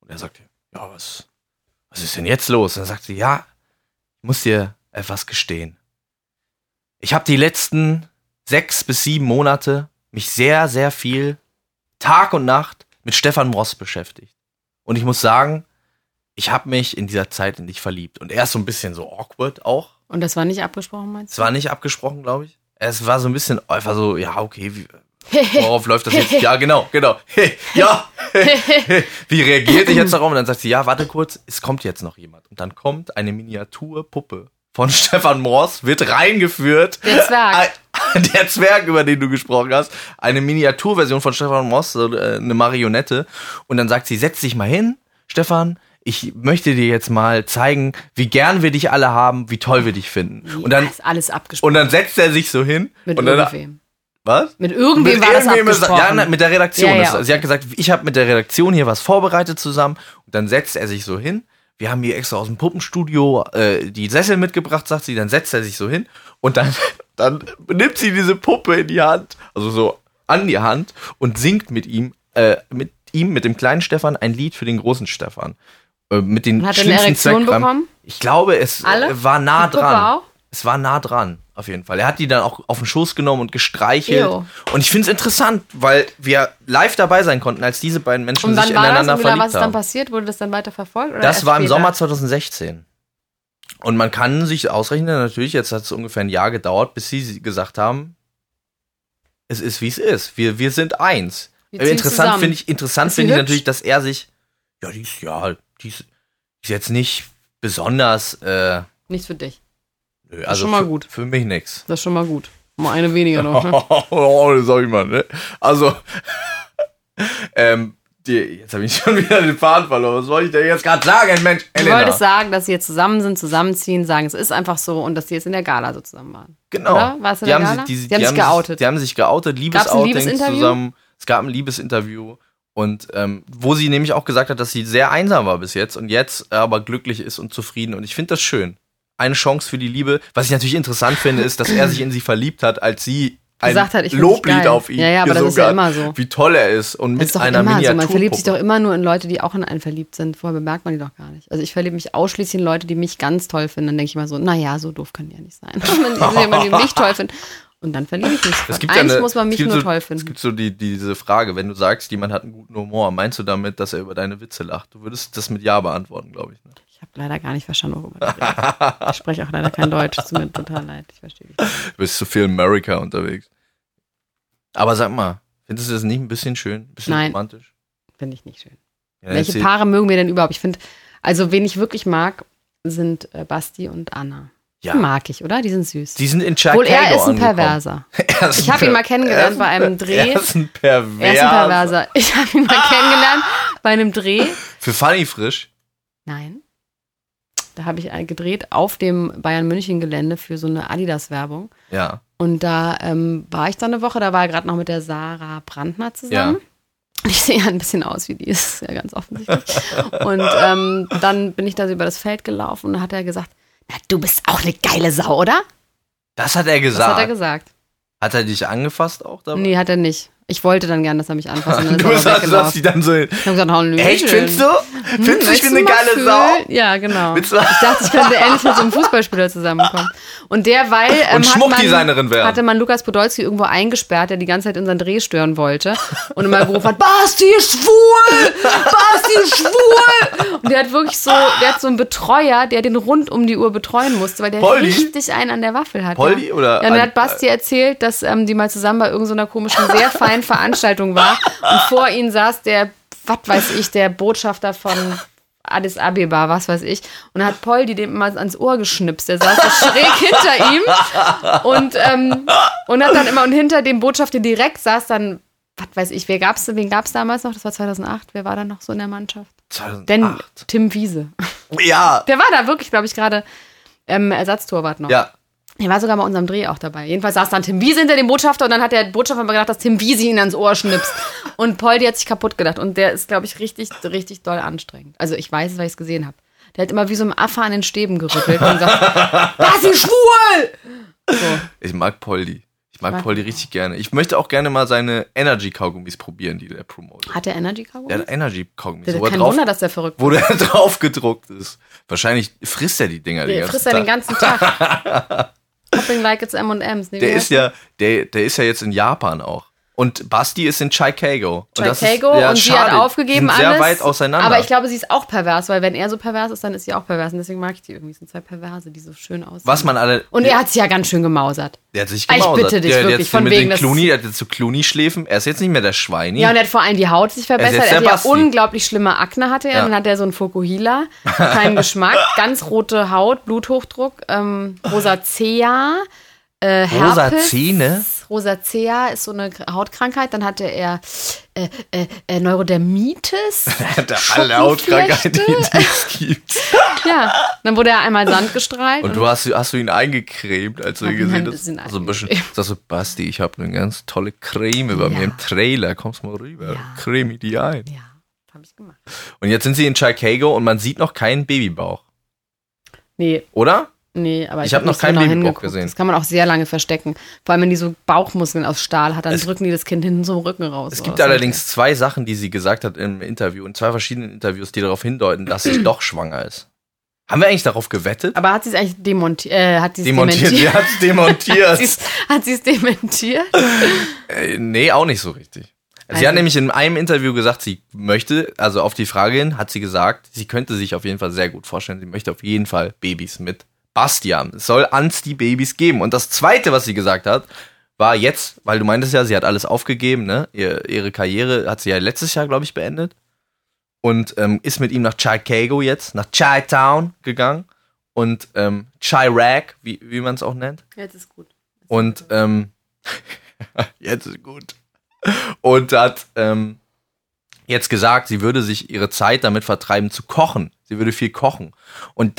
Speaker 2: Und er sagt, ja, was, was ist denn jetzt los? Und dann sagt sie, ja, ich muss dir etwas gestehen. Ich habe die letzten sechs bis sieben Monate mich sehr, sehr viel Tag und Nacht mit Stefan Ross beschäftigt. Und ich muss sagen, ich habe mich in dieser Zeit in dich verliebt. Und er ist so ein bisschen so awkward auch.
Speaker 1: Und das war nicht abgesprochen, meinst
Speaker 2: Es
Speaker 1: du?
Speaker 2: war nicht abgesprochen, glaube ich. Es war so ein bisschen oh, einfach so, ja, okay, wie, worauf läuft das jetzt? Ja, genau, genau. Hey, ja, wie reagiert ich jetzt darauf? Und dann sagt sie, ja, warte kurz, es kommt jetzt noch jemand. Und dann kommt eine Miniaturpuppe von Stefan Morse, wird reingeführt.
Speaker 1: Der Zwerg.
Speaker 2: Ein- Der Zwerg, über den du gesprochen hast. Eine Miniaturversion von Stefan Morse, so, äh, eine Marionette. Und dann sagt sie, setz dich mal hin, Stefan, ich möchte dir jetzt mal zeigen, wie gern wir dich alle haben, wie toll wir dich finden. Und dann,
Speaker 1: ist alles abgesprochen.
Speaker 2: und dann setzt er sich so hin
Speaker 1: mit
Speaker 2: und dann,
Speaker 1: irgendwem.
Speaker 2: was?
Speaker 1: Mit irgendwem war das
Speaker 2: irgendwem ist-
Speaker 1: abgesprochen.
Speaker 2: ja, na, mit der Redaktion.
Speaker 1: Ja, ja,
Speaker 2: Das- Sie hat gesagt, ich habe mit der Redaktion hier was vorbereitet zusammen. Und dann setzt er sich so hin. Wir haben hier extra aus dem Puppenstudio äh, die Sessel mitgebracht, sagt sie. Dann setzt er sich so hin und dann, dann nimmt sie diese Puppe in die Hand, also so an die Hand und singt mit ihm, äh, mit ihm, mit dem kleinen Stefan, ein Lied für den großen Stefan. Äh, mit den
Speaker 1: Und hat er eine
Speaker 2: schlimmsten
Speaker 1: Erektion
Speaker 2: Zweckreimen.
Speaker 1: bekommen?
Speaker 2: Ich glaube, es
Speaker 1: Alle?
Speaker 2: äh, war nah
Speaker 1: Die Puppe
Speaker 2: dran.
Speaker 1: auch?
Speaker 2: Es war nah dran, auf jeden Fall. Er hat die dann auch auf den Schoß genommen und gestreichelt.
Speaker 1: Ew.
Speaker 2: Und ich finde es interessant, weil wir live dabei sein konnten, als diese beiden Menschen
Speaker 1: Und
Speaker 2: sich
Speaker 1: wann war das?
Speaker 2: ineinander
Speaker 1: Und wieder,
Speaker 2: verliebt
Speaker 1: was ist dann
Speaker 2: haben.
Speaker 1: passiert? Wurde das dann weiter verfolgt? Oder
Speaker 2: Das
Speaker 1: erst
Speaker 2: war im
Speaker 1: später?
Speaker 2: Sommer 2016. Und man kann sich ausrechnen, natürlich, jetzt hat es ungefähr ein Jahr gedauert, bis sie gesagt haben, es ist wie es ist. Wir, wir sind eins.
Speaker 1: Wir
Speaker 2: Äh,
Speaker 1: ziehen
Speaker 2: interessant
Speaker 1: zusammen.
Speaker 2: finde ich, interessant
Speaker 1: Ist sie
Speaker 2: finde ich
Speaker 1: hübsch?
Speaker 2: natürlich, dass er sich, ja, die ist, ja, die ist, ist jetzt nicht besonders, äh,
Speaker 1: Nichts für dich.
Speaker 2: nö, also
Speaker 1: schon mal
Speaker 2: für,
Speaker 1: gut.
Speaker 2: für mich nix.
Speaker 1: Das ist schon mal gut. Mal eine weniger noch. Ne?
Speaker 2: Oh, das sag ich mal, ne? Also, ähm, die, jetzt habe ich schon wieder den Faden verloren. Was soll ich denn jetzt gerade sagen, Mensch?
Speaker 1: Du
Speaker 2: Elena?
Speaker 1: wolltest sagen, dass sie jetzt zusammen sind, zusammenziehen, sagen, es ist einfach so und dass sie jetzt in der Gala so zusammen waren.
Speaker 2: genau.
Speaker 1: oder? Warst du
Speaker 2: die
Speaker 1: da
Speaker 2: haben,
Speaker 1: Gala?
Speaker 2: sich, die,
Speaker 1: Die haben sich geoutet.
Speaker 2: Die haben sich geoutet,
Speaker 1: Gab's ein
Speaker 2: Liebesoutings
Speaker 1: Liebesinterview?
Speaker 2: zusammen. Es gab ein Liebesinterview. Und ähm, wo sie nämlich auch gesagt hat, dass sie sehr einsam war bis jetzt und jetzt aber glücklich ist und zufrieden. Und ich finde das schön. Eine Chance für die Liebe. Was ich natürlich interessant finde, ist, dass er sich in sie verliebt hat, als sie ein
Speaker 1: Gesagt hat, ich find dich
Speaker 2: Loblied
Speaker 1: geil.
Speaker 2: auf ihn
Speaker 1: Ja, ja, aber das ist ja
Speaker 2: gesungen hat,
Speaker 1: immer so.
Speaker 2: Wie toll er ist und
Speaker 1: Das
Speaker 2: mit
Speaker 1: ist doch
Speaker 2: einer
Speaker 1: immer so.
Speaker 2: Miniatur.
Speaker 1: Man verliebt sich doch immer nur in Leute, die auch in einen verliebt sind. Vorher bemerkt man die doch gar nicht. Also ich verliebe mich ausschließlich in Leute, die mich ganz toll finden. Dann denke ich mal so, naja, so doof können die ja nicht sein. Wenn sie jemanden, die mich toll finden. Und dann verliebe ich mich.
Speaker 2: Es
Speaker 1: Von
Speaker 2: gibt ja
Speaker 1: Eins
Speaker 2: eine-
Speaker 1: muss man
Speaker 2: es
Speaker 1: mich
Speaker 2: gibt
Speaker 1: nur
Speaker 2: so,
Speaker 1: toll
Speaker 2: Es
Speaker 1: finden.
Speaker 2: gibt so die, diese Frage, wenn du sagst, jemand hat einen guten Humor, meinst du damit, dass er über deine Witze lacht? Du würdest das mit Ja beantworten, glaube ich. Ne?
Speaker 1: Ich habe leider gar nicht verstanden, worüber du redest. Ich spreche auch leider kein Deutsch. Es tut mir total leid. Ich verstehe dich.
Speaker 2: Du bist zu viel in America unterwegs. Aber sag mal, findest du das nicht ein bisschen schön? Ein bisschen
Speaker 1: Nein.
Speaker 2: romantisch?
Speaker 1: Finde ich nicht schön.
Speaker 2: Ja,
Speaker 1: Welche
Speaker 2: erzähl.
Speaker 1: Paare mögen wir denn überhaupt? Ich finde, also wen ich wirklich mag, sind äh, Basti und Anna. Die
Speaker 2: Ja.
Speaker 1: mag ich, oder? Die sind süß.
Speaker 2: Die sind in Chicago
Speaker 1: Wohl er ist ein
Speaker 2: angekommen.
Speaker 1: Perverser.
Speaker 2: Er ist
Speaker 1: Ich
Speaker 2: ein
Speaker 1: habe ihn mal
Speaker 2: Per-
Speaker 1: kennengelernt bei einem Dreh.
Speaker 2: Er ist ein
Speaker 1: Er ist ein
Speaker 2: Perverser.
Speaker 1: Perverser. Ich habe ihn mal
Speaker 2: Ah!
Speaker 1: kennengelernt bei einem Dreh.
Speaker 2: Für Funny Frisch.
Speaker 1: Nein. Da habe ich einen gedreht auf dem Bayern München Gelände für so eine Adidas Werbung.
Speaker 2: Ja.
Speaker 1: Und da ähm, war ich dann eine Woche, da war er gerade noch mit der Sarah Brandner zusammen. Und Ich sehe ja ein bisschen aus wie die, ist ja ganz offensichtlich. Und ähm, dann bin ich da so über das Feld gelaufen und dann hat er gesagt, na, du bist auch eine geile Sau, oder?
Speaker 2: Das hat er
Speaker 1: Das
Speaker 2: gesagt.
Speaker 1: hat er gesagt.
Speaker 2: Hat er dich angefasst auch dabei?
Speaker 1: Nee, hat er nicht. Ich wollte dann gern, dass er mich anfasst. Und dann
Speaker 2: Du
Speaker 1: ist
Speaker 2: hast
Speaker 1: er
Speaker 2: also,
Speaker 1: weggelaufen.
Speaker 2: dass die dann so hin.
Speaker 1: Ich hab gesagt, oh, nö,
Speaker 2: Echt, findest du? Findest du,
Speaker 1: Willst
Speaker 2: ich bin eine
Speaker 1: Hm, mal
Speaker 2: geile
Speaker 1: fühlen?
Speaker 2: Sau?
Speaker 1: Ja, genau.
Speaker 2: Willst du mal-
Speaker 1: Ich dachte, ich könnte endlich mit so einem Fußballspieler zusammenkommen. Und derweil ähm, hat
Speaker 2: Und Schmuckdesignerin
Speaker 1: man-
Speaker 2: werden.
Speaker 1: hatte man Lukas Podolski irgendwo eingesperrt, der die ganze Zeit unseren Dreh stören wollte und immer gerufen hat, Basti ist schwul! Basti ist schwul! Und der hat wirklich so, der hat so einen Betreuer, der den rund um die Uhr betreuen musste, weil der
Speaker 2: Poldi?
Speaker 1: richtig einen an der Waffel hat.
Speaker 2: Poldi
Speaker 1: ja.
Speaker 2: oder
Speaker 1: Ja, und
Speaker 2: an-
Speaker 1: dann hat Basti erzählt, dass ähm, die mal zusammen bei irgendeiner komischen, sehr feinen Veranstaltung war und vor ihnen saß der, was weiß ich, der Botschafter von Addis Abeba, was weiß ich. Und dann hat Poldi dem immer ans Ohr geschnipst. Der saß so schräg hinter ihm und, ähm, und hat dann immer, und hinter dem Botschafter direkt saß dann, was weiß ich, wer gab's, wen gab's damals noch? Das war 2008. Wer war da noch so in der Mannschaft? Denn
Speaker 2: 2008.
Speaker 1: Tim Wiese.
Speaker 2: Ah, Ja.
Speaker 1: Der war da wirklich, glaube ich, gerade ähm, Ersatztorwart noch.
Speaker 2: Ja.
Speaker 1: Er war sogar bei unserem Dreh auch dabei. Jedenfalls saß dann Tim Wiese hinter dem Botschafter und dann hat der Botschafter mal gedacht, dass Tim Wiese ihn ans Ohr schnipst. Und Poldi hat sich kaputt gedacht. Und der ist, glaube ich, richtig, richtig doll anstrengend. Also ich weiß es, weil ich es gesehen habe. Der hat immer wie so ein Affe an den Stäben gerüttelt und gesagt, das ist schwul!
Speaker 2: Ich mag Poldi. Ich mag
Speaker 1: Mag
Speaker 2: Poldi richtig gerne. Ich möchte auch gerne mal seine Energy-Kaugummis probieren, die der promotet.
Speaker 1: Hat der Energy Cowboy?
Speaker 2: Der hat Energy-Kaugummis,
Speaker 1: Der-
Speaker 2: wo, er
Speaker 1: Kein
Speaker 2: drauf,
Speaker 1: Wunder, dass der verrückt
Speaker 2: wo der drauf gedruckt ist. Wahrscheinlich frisst er die Dinger den
Speaker 1: Der
Speaker 2: ganzen
Speaker 1: frisst ja
Speaker 2: Tag.
Speaker 1: den ganzen Tag. Hopping like it's M&M's. Nee, wie
Speaker 2: der
Speaker 1: heißt
Speaker 2: ist ja, der, der ist ja jetzt in Japan auch. Und Basti ist in Chicago. Und das ist-
Speaker 1: Chicago
Speaker 2: ja,
Speaker 1: und sie
Speaker 2: schade.
Speaker 1: hat aufgegeben
Speaker 2: die sind sehr
Speaker 1: alles.
Speaker 2: weit auseinander.
Speaker 1: Aber ich glaube, sie ist auch pervers, weil wenn er so pervers ist, dann ist sie auch pervers. Und deswegen mag ich die irgendwie. Es sind zwei Perverse, die so schön aussehen.
Speaker 2: was man alle.
Speaker 1: und er hat sich ja ganz schön gemausert.
Speaker 2: der hat sich
Speaker 1: Ah, Ich
Speaker 2: gemausert.
Speaker 1: bitte dich
Speaker 2: der, der
Speaker 1: wirklich,
Speaker 2: jetzt
Speaker 1: von
Speaker 2: mit
Speaker 1: wegen,
Speaker 2: den
Speaker 1: das-
Speaker 2: Clooney, der hat jetzt so Clooney-Schläfen. Er ist jetzt nicht mehr der Schweini.
Speaker 1: Ja, und er hat vor allem die Haut sich verbessert.
Speaker 2: jetzt
Speaker 1: Er
Speaker 2: der
Speaker 1: hat ja
Speaker 2: Basti.
Speaker 1: unglaublich schlimme Akne hatte er.
Speaker 2: Ja.
Speaker 1: Dann hat er so einen Fokuhila, keinen Geschmack, ganz rote Haut, Bluthochdruck, ähm, Rosacea, äh,
Speaker 2: Rosa
Speaker 1: Herpes.
Speaker 2: Zähne?
Speaker 1: Rosacea ist so eine K- Hautkrankheit. Dann hatte er äh, äh, äh, Neurodermitis.
Speaker 2: Alter, alle Hautkrankheiten, die es gibt.
Speaker 1: Ja, dann wurde er einmal Sand gestreift.
Speaker 2: Und du hast, hast du ihn eingecremt, als du ihn
Speaker 1: Hab ihn ein
Speaker 2: gesehen
Speaker 1: bisschen
Speaker 2: hast? So ein bisschen. Sagst du, Basti, ich habe eine ganz tolle Creme bei
Speaker 1: Ja.
Speaker 2: mir im Trailer. Kommst mal rüber.
Speaker 1: Ja.
Speaker 2: Creme die ein.
Speaker 1: ja, habe ich gemacht.
Speaker 2: Und jetzt sind sie in Chicago und man sieht noch keinen Babybauch.
Speaker 1: Nee,
Speaker 2: Oder?
Speaker 1: nee, aber ich,
Speaker 2: Ich hab noch
Speaker 1: nicht so
Speaker 2: keinen
Speaker 1: genau
Speaker 2: Babybauch
Speaker 1: hingeguckt.
Speaker 2: gesehen.
Speaker 1: Das kann man auch sehr lange verstecken. Vor allem, wenn die so Bauchmuskeln aus Stahl hat, dann
Speaker 2: Es-
Speaker 1: drücken die das Kind hinten zum Rücken raus.
Speaker 2: Es
Speaker 1: So,
Speaker 2: gibt
Speaker 1: das ist
Speaker 2: allerdings zwei Sachen, die sie gesagt hat im Interview, in zwei verschiedenen Interviews, die darauf hindeuten, dass sie doch schwanger ist. Haben wir eigentlich darauf gewettet?
Speaker 1: Aber hat sie es eigentlich demontiert? Äh, hat sie es
Speaker 2: Demontiert, sie
Speaker 1: dementiert?
Speaker 2: hat
Speaker 1: Hat sie
Speaker 2: demontiert.
Speaker 1: es- Hat sie es dementiert?
Speaker 2: äh, nee, auch nicht so richtig. Sie
Speaker 1: Also-
Speaker 2: hat nämlich in einem Interview gesagt, sie möchte, also auf die Frage hin, hat sie gesagt, sie könnte sich auf jeden Fall sehr gut vorstellen, sie möchte auf jeden Fall Babys mit Basti haben. Es soll Ansti Babys geben. Und das Zweite, was sie gesagt hat, war jetzt, weil du meintest ja, sie hat alles aufgegeben, ne? Ihr, ihre Karriere hat sie ja letztes Jahr, glaube ich, beendet. Und ähm, ist mit ihm nach Chicago jetzt, nach Chi-Town gegangen. Und ähm, Chirac, wie, wie man es auch nennt.
Speaker 1: Jetzt ist gut.
Speaker 2: Und ähm, jetzt ist gut. Und hat ähm, jetzt gesagt, sie würde sich ihre Zeit damit vertreiben zu kochen. Sie würde viel kochen. Und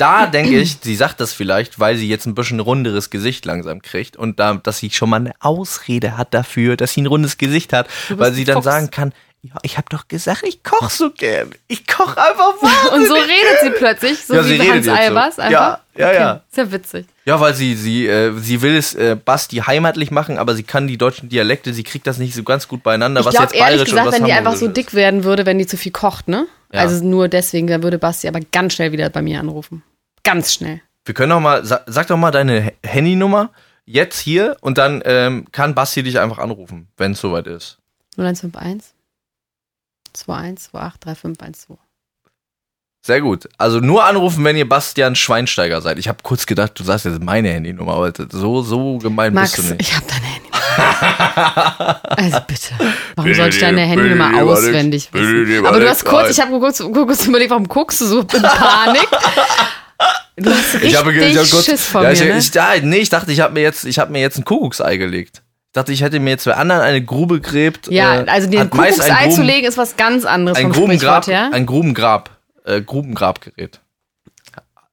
Speaker 2: da denke ich, sie sagt das vielleicht, weil sie jetzt ein bisschen runderes Gesicht langsam kriegt und da, dass sie schon mal eine Ausrede hat dafür, dass sie ein rundes Gesicht hat,
Speaker 1: bist
Speaker 2: weil
Speaker 1: ein
Speaker 2: sie dann
Speaker 1: Fuchs.
Speaker 2: sagen kann, ja, ich habe doch gesagt, ich koche so gern. Ich koche einfach
Speaker 1: Und
Speaker 2: wahnsinnig.
Speaker 1: so redet sie plötzlich, so
Speaker 2: Ja,
Speaker 1: wie
Speaker 2: sie redet
Speaker 1: Hans
Speaker 2: jetzt so.
Speaker 1: Albers einfach.
Speaker 2: Ja, ja, ja.
Speaker 1: Ist ja witzig.
Speaker 2: Ja, weil sie, sie, äh, sie will es äh, Basti heimatlich machen, aber sie kann die deutschen Dialekte, sie kriegt das nicht so ganz gut beieinander,
Speaker 1: Ich
Speaker 2: was
Speaker 1: glaube
Speaker 2: jetzt bayerisch
Speaker 1: ehrlich gesagt,
Speaker 2: und was
Speaker 1: wenn die einfach so
Speaker 2: Hamburgisch
Speaker 1: dick werden würde, wenn die zu viel kocht, ne?
Speaker 2: Ja.
Speaker 1: Also nur deswegen, dann würde Basti aber ganz schnell wieder bei mir anrufen. Ganz schnell.
Speaker 2: ist. Wir können doch mal, sag, sag doch mal deine H- Handynummer jetzt hier und dann ähm, kann Basti dich einfach anrufen, wenn es soweit ist.
Speaker 1: 0151 21 28 3512.
Speaker 2: Sehr gut. Also nur anrufen, wenn ihr Bastian Schweinsteiger seid. Ich habe kurz gedacht, du sagst jetzt meine Handynummer, aber so, so gemein bist
Speaker 1: Max,
Speaker 2: du nicht.
Speaker 1: ich habe deine Handynummer. also bitte. Warum sollte ich deine Handynummer auswendig wissen? Aber du hast kurz, ich habe kurz, kurz überlegt, warum guckst du so in Panik? Du hast richtig
Speaker 2: Ich habe, ge- ich habe kurz,
Speaker 1: Schiss vor
Speaker 2: ja,
Speaker 1: mir,
Speaker 2: ich,
Speaker 1: ne?
Speaker 2: ich, ja, nee, ich dachte, ich habe mir jetzt, ich habe mir jetzt ein Kuckucksei gelegt. Ich dachte, ich hätte mir jetzt bei anderen eine Grube gräbt.
Speaker 1: ja,
Speaker 2: äh,
Speaker 1: also den
Speaker 2: hat meist ein
Speaker 1: Kuckucksei zu
Speaker 2: Gruben-
Speaker 1: legen ist was ganz anderes
Speaker 2: Ein
Speaker 1: vom Sprichwort
Speaker 2: Grubengrab,
Speaker 1: her.
Speaker 2: ein Grubengrab, äh, Grubengrabgerät.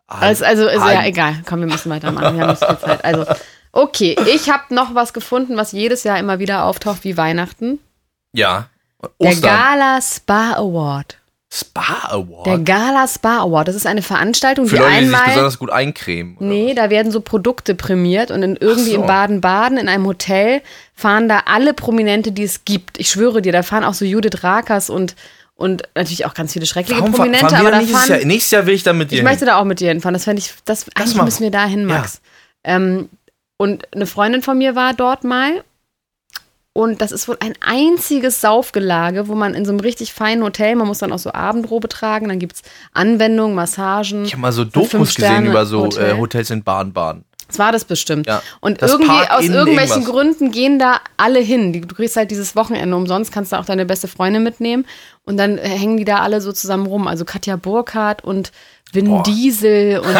Speaker 1: Also, also ist
Speaker 2: Hagen.
Speaker 1: ja egal. Komm, wir müssen weitermachen. Wir haben nicht viel Zeit. Also, okay, ich habe noch was gefunden, was jedes Jahr immer wieder auftaucht wie Weihnachten.
Speaker 2: Ja.
Speaker 1: Der
Speaker 2: Ostern.
Speaker 1: Gala Spa Award.
Speaker 2: Spa
Speaker 1: Der
Speaker 2: Award.
Speaker 1: Gala Spa Award. Das ist eine Veranstaltung,
Speaker 2: Für
Speaker 1: die
Speaker 2: Leute, die sich
Speaker 1: einmal.
Speaker 2: besonders gut eincremen. oder?
Speaker 1: Nee, da werden so Produkte prämiert und in irgendwie
Speaker 2: Ach so.
Speaker 1: in Baden-Baden in einem Hotel fahren da alle Prominente, die es gibt. Ich schwöre dir, da fahren auch so Judith Rakers und, und natürlich auch ganz viele schreckliche
Speaker 2: Warum fa-
Speaker 1: Prominente,
Speaker 2: fahren
Speaker 1: aber
Speaker 2: wir da
Speaker 1: da
Speaker 2: nächstes,
Speaker 1: fahren
Speaker 2: Jahr, nächstes Jahr will ich da mit dir
Speaker 1: Ich
Speaker 2: hin.
Speaker 1: möchte da auch mit dir hinfahren. Das fände ich, das, eigentlich
Speaker 2: machen
Speaker 1: müssen wir da hin,
Speaker 2: wir.
Speaker 1: Max. Ähm, und eine Freundin von mir war dort mal. Und das ist wohl ein einziges Saufgelage, wo man in so einem richtig feinen Hotel, man muss dann auch so Abendrobe tragen, dann gibt es Anwendungen, Massagen.
Speaker 2: Ich habe mal so
Speaker 1: fünf
Speaker 2: Dokus
Speaker 1: Sterne
Speaker 2: gesehen über so äh,
Speaker 1: Hotel.
Speaker 2: Hotels in Baden-Baden.
Speaker 1: Das war das bestimmt.
Speaker 2: Ja.
Speaker 1: Und
Speaker 2: Das
Speaker 1: irgendwie,
Speaker 2: Park
Speaker 1: aus
Speaker 2: in
Speaker 1: irgendwelchen
Speaker 2: irgendwas.
Speaker 1: Gründen gehen da alle hin. Die- Du kriegst halt dieses Wochenende umsonst, kannst da auch deine beste Freundin mitnehmen. Und dann äh, hängen die da alle so zusammen rum. Also Katja Burkhardt und Vin
Speaker 2: Boah.
Speaker 1: Diesel und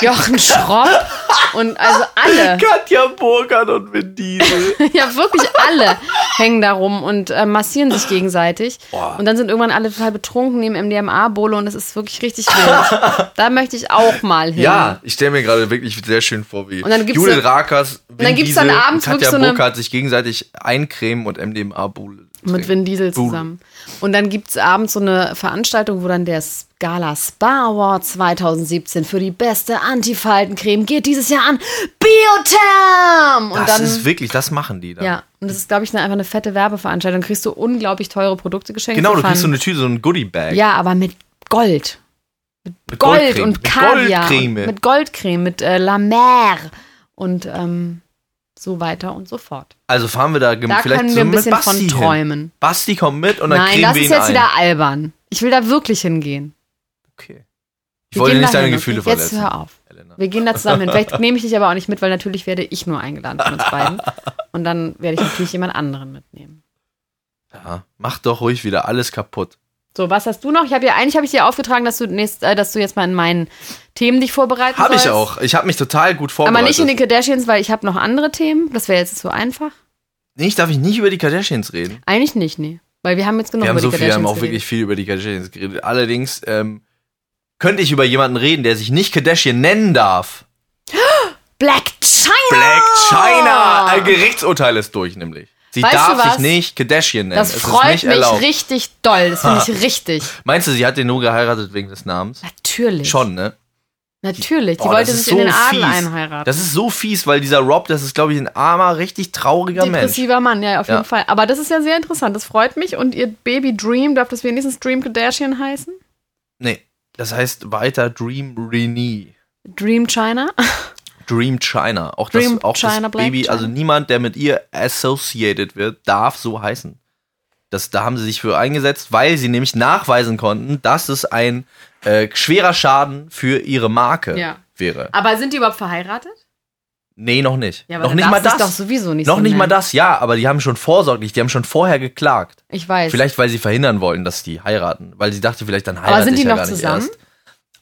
Speaker 1: Jochen Schropp und also alle.
Speaker 2: Katja Burkhardt und Vin Diesel.
Speaker 1: Ja, wirklich alle hängen da rum und äh, massieren sich gegenseitig.
Speaker 2: Boah.
Speaker 1: Und dann sind irgendwann alle total betrunken, nehmen MDMA-Bolo und es ist wirklich richtig wild. da möchte ich auch mal hin.
Speaker 2: ja, ich stelle mir gerade wirklich sehr schön vor, wie
Speaker 1: Und dann gibt's
Speaker 2: Judith
Speaker 1: so-
Speaker 2: Rakers, Vin
Speaker 1: dann gibt's
Speaker 2: Diesel
Speaker 1: dann abends
Speaker 2: und Katja
Speaker 1: wirklich so eine-
Speaker 2: Burkhardt sich gegenseitig eincremen und MDMA-Bulle.
Speaker 1: Mit Vin Diesel
Speaker 2: Buh.
Speaker 1: zusammen. Und dann gibt es abends so eine Veranstaltung, wo dann der Gala Spa Award 2017 für die beste Antifaltencreme geht dieses Jahr an Biotherm! Und
Speaker 2: Das
Speaker 1: dann.
Speaker 2: ist wirklich, das machen die dann.
Speaker 1: ja, und das ist, glaube ich, eine, einfach eine fette Werbeveranstaltung. Kriegst du unglaublich teure Produkte geschenkt.
Speaker 2: Genau,
Speaker 1: zu
Speaker 2: du kriegst so
Speaker 1: fahren.
Speaker 2: eine Tüte, so ein Goodie-Bag.
Speaker 1: Ja, aber mit Gold.
Speaker 2: Mit
Speaker 1: Gold
Speaker 2: Goldcreme,
Speaker 1: und Kaviar.
Speaker 2: Mit Goldcreme.
Speaker 1: Mit Goldcreme, mit äh, La Mer. Und ähm, so weiter und so fort.
Speaker 2: also fahren wir da, gem-
Speaker 1: Da
Speaker 2: vielleicht
Speaker 1: können
Speaker 2: so
Speaker 1: wir ein
Speaker 2: mit
Speaker 1: bisschen
Speaker 2: Basti
Speaker 1: von
Speaker 2: hin.
Speaker 1: träumen.
Speaker 2: Basti kommt mit und dann
Speaker 1: Nein,
Speaker 2: cremen
Speaker 1: das
Speaker 2: wir
Speaker 1: ist
Speaker 2: ihn
Speaker 1: jetzt
Speaker 2: ein.
Speaker 1: wieder albern. Ich will da wirklich hingehen.
Speaker 2: Okay. Ich
Speaker 1: Wir
Speaker 2: wollte
Speaker 1: gehen
Speaker 2: nicht deine
Speaker 1: dahin,
Speaker 2: Gefühle
Speaker 1: okay? Jetzt
Speaker 2: verletzen.
Speaker 1: hör auf.
Speaker 2: Elena.
Speaker 1: Wir gehen da zusammen hin. Vielleicht nehme ich dich aber auch nicht mit, weil natürlich werde ich nur eingeladen von uns beiden. Und dann werde ich natürlich jemand anderen mitnehmen.
Speaker 2: Ja, mach doch ruhig wieder alles kaputt.
Speaker 1: So, was hast du noch? Ich habe ja eigentlich habe ich dir aufgetragen, dass du nächst, äh, dass du jetzt mal in meinen Themen dich vorbereiten
Speaker 2: Habe ich
Speaker 1: sollst.
Speaker 2: auch. Ich habe mich total gut vorbereitet.
Speaker 1: Aber nicht in den Kardashians, weil ich habe noch andere Themen. Das wäre jetzt so einfach.
Speaker 2: Nicht, darf ich nicht über die Kardashians reden.
Speaker 1: Eigentlich nicht, nee. Weil wir haben jetzt genug
Speaker 2: Wir haben
Speaker 1: über
Speaker 2: so
Speaker 1: die
Speaker 2: viel, wir haben
Speaker 1: Kardashians
Speaker 2: auch wirklich viel über die Kardashians geredet. Allerdings ähm, könnte ich über jemanden reden, der sich nicht Kardashian nennen darf. Ah!
Speaker 1: Black China!
Speaker 2: Black China! Ein Gerichtsurteil ist durch, nämlich. Sie
Speaker 1: Weißt du
Speaker 2: darf
Speaker 1: was?
Speaker 2: sich nicht Kardashian nennen.
Speaker 1: Das
Speaker 2: es
Speaker 1: freut
Speaker 2: ist nicht
Speaker 1: mich
Speaker 2: erlaubt.
Speaker 1: richtig doll. Das finde ich richtig.
Speaker 2: Meinst du, sie hat den nur geheiratet wegen des Namens?
Speaker 1: Natürlich.
Speaker 2: Schon, ne?
Speaker 1: Natürlich. Die
Speaker 2: Boah,
Speaker 1: wollte
Speaker 2: das
Speaker 1: sich in
Speaker 2: ist so
Speaker 1: den Adel
Speaker 2: fies.
Speaker 1: einheiraten.
Speaker 2: Das ist so fies, weil dieser Rob, das ist, glaube ich, ein armer, richtig trauriger Mensch.
Speaker 1: Depressiver Mann, ja, auf
Speaker 2: Ja.
Speaker 1: jeden Fall. Aber das ist ja sehr interessant. Das freut mich. Und ihr Baby Dream, darf das wenigstens Dream Kardashian heißen?
Speaker 2: Nee, das heißt weiter Dream Renee.
Speaker 1: Dream China?
Speaker 2: Dream China. Auch das,
Speaker 1: Dream
Speaker 2: auch
Speaker 1: China,
Speaker 2: das
Speaker 1: Black
Speaker 2: Baby,
Speaker 1: China.
Speaker 2: also niemand, der mit ihr associated wird, darf so heißen. Das, da haben sie sich für eingesetzt, weil sie nämlich nachweisen konnten, dass es ein äh, schwerer Schaden für ihre Marke
Speaker 1: Ja.
Speaker 2: wäre.
Speaker 1: Aber sind die überhaupt verheiratet?
Speaker 2: Nee, noch nicht.
Speaker 1: Ja, aber
Speaker 2: noch
Speaker 1: dann
Speaker 2: nicht mal
Speaker 1: darfst
Speaker 2: das.
Speaker 1: du's doch sowieso nicht
Speaker 2: noch
Speaker 1: so
Speaker 2: nicht mal
Speaker 1: nennen.
Speaker 2: das, ja, aber die haben schon vorsorglich, die haben schon vorher geklagt.
Speaker 1: Ich weiß.
Speaker 2: Vielleicht, weil sie verhindern wollen, dass die heiraten. Weil sie dachte, vielleicht dann heiraten
Speaker 1: aber sind die
Speaker 2: ich ja
Speaker 1: noch
Speaker 2: gar nicht
Speaker 1: zusammen?
Speaker 2: erst.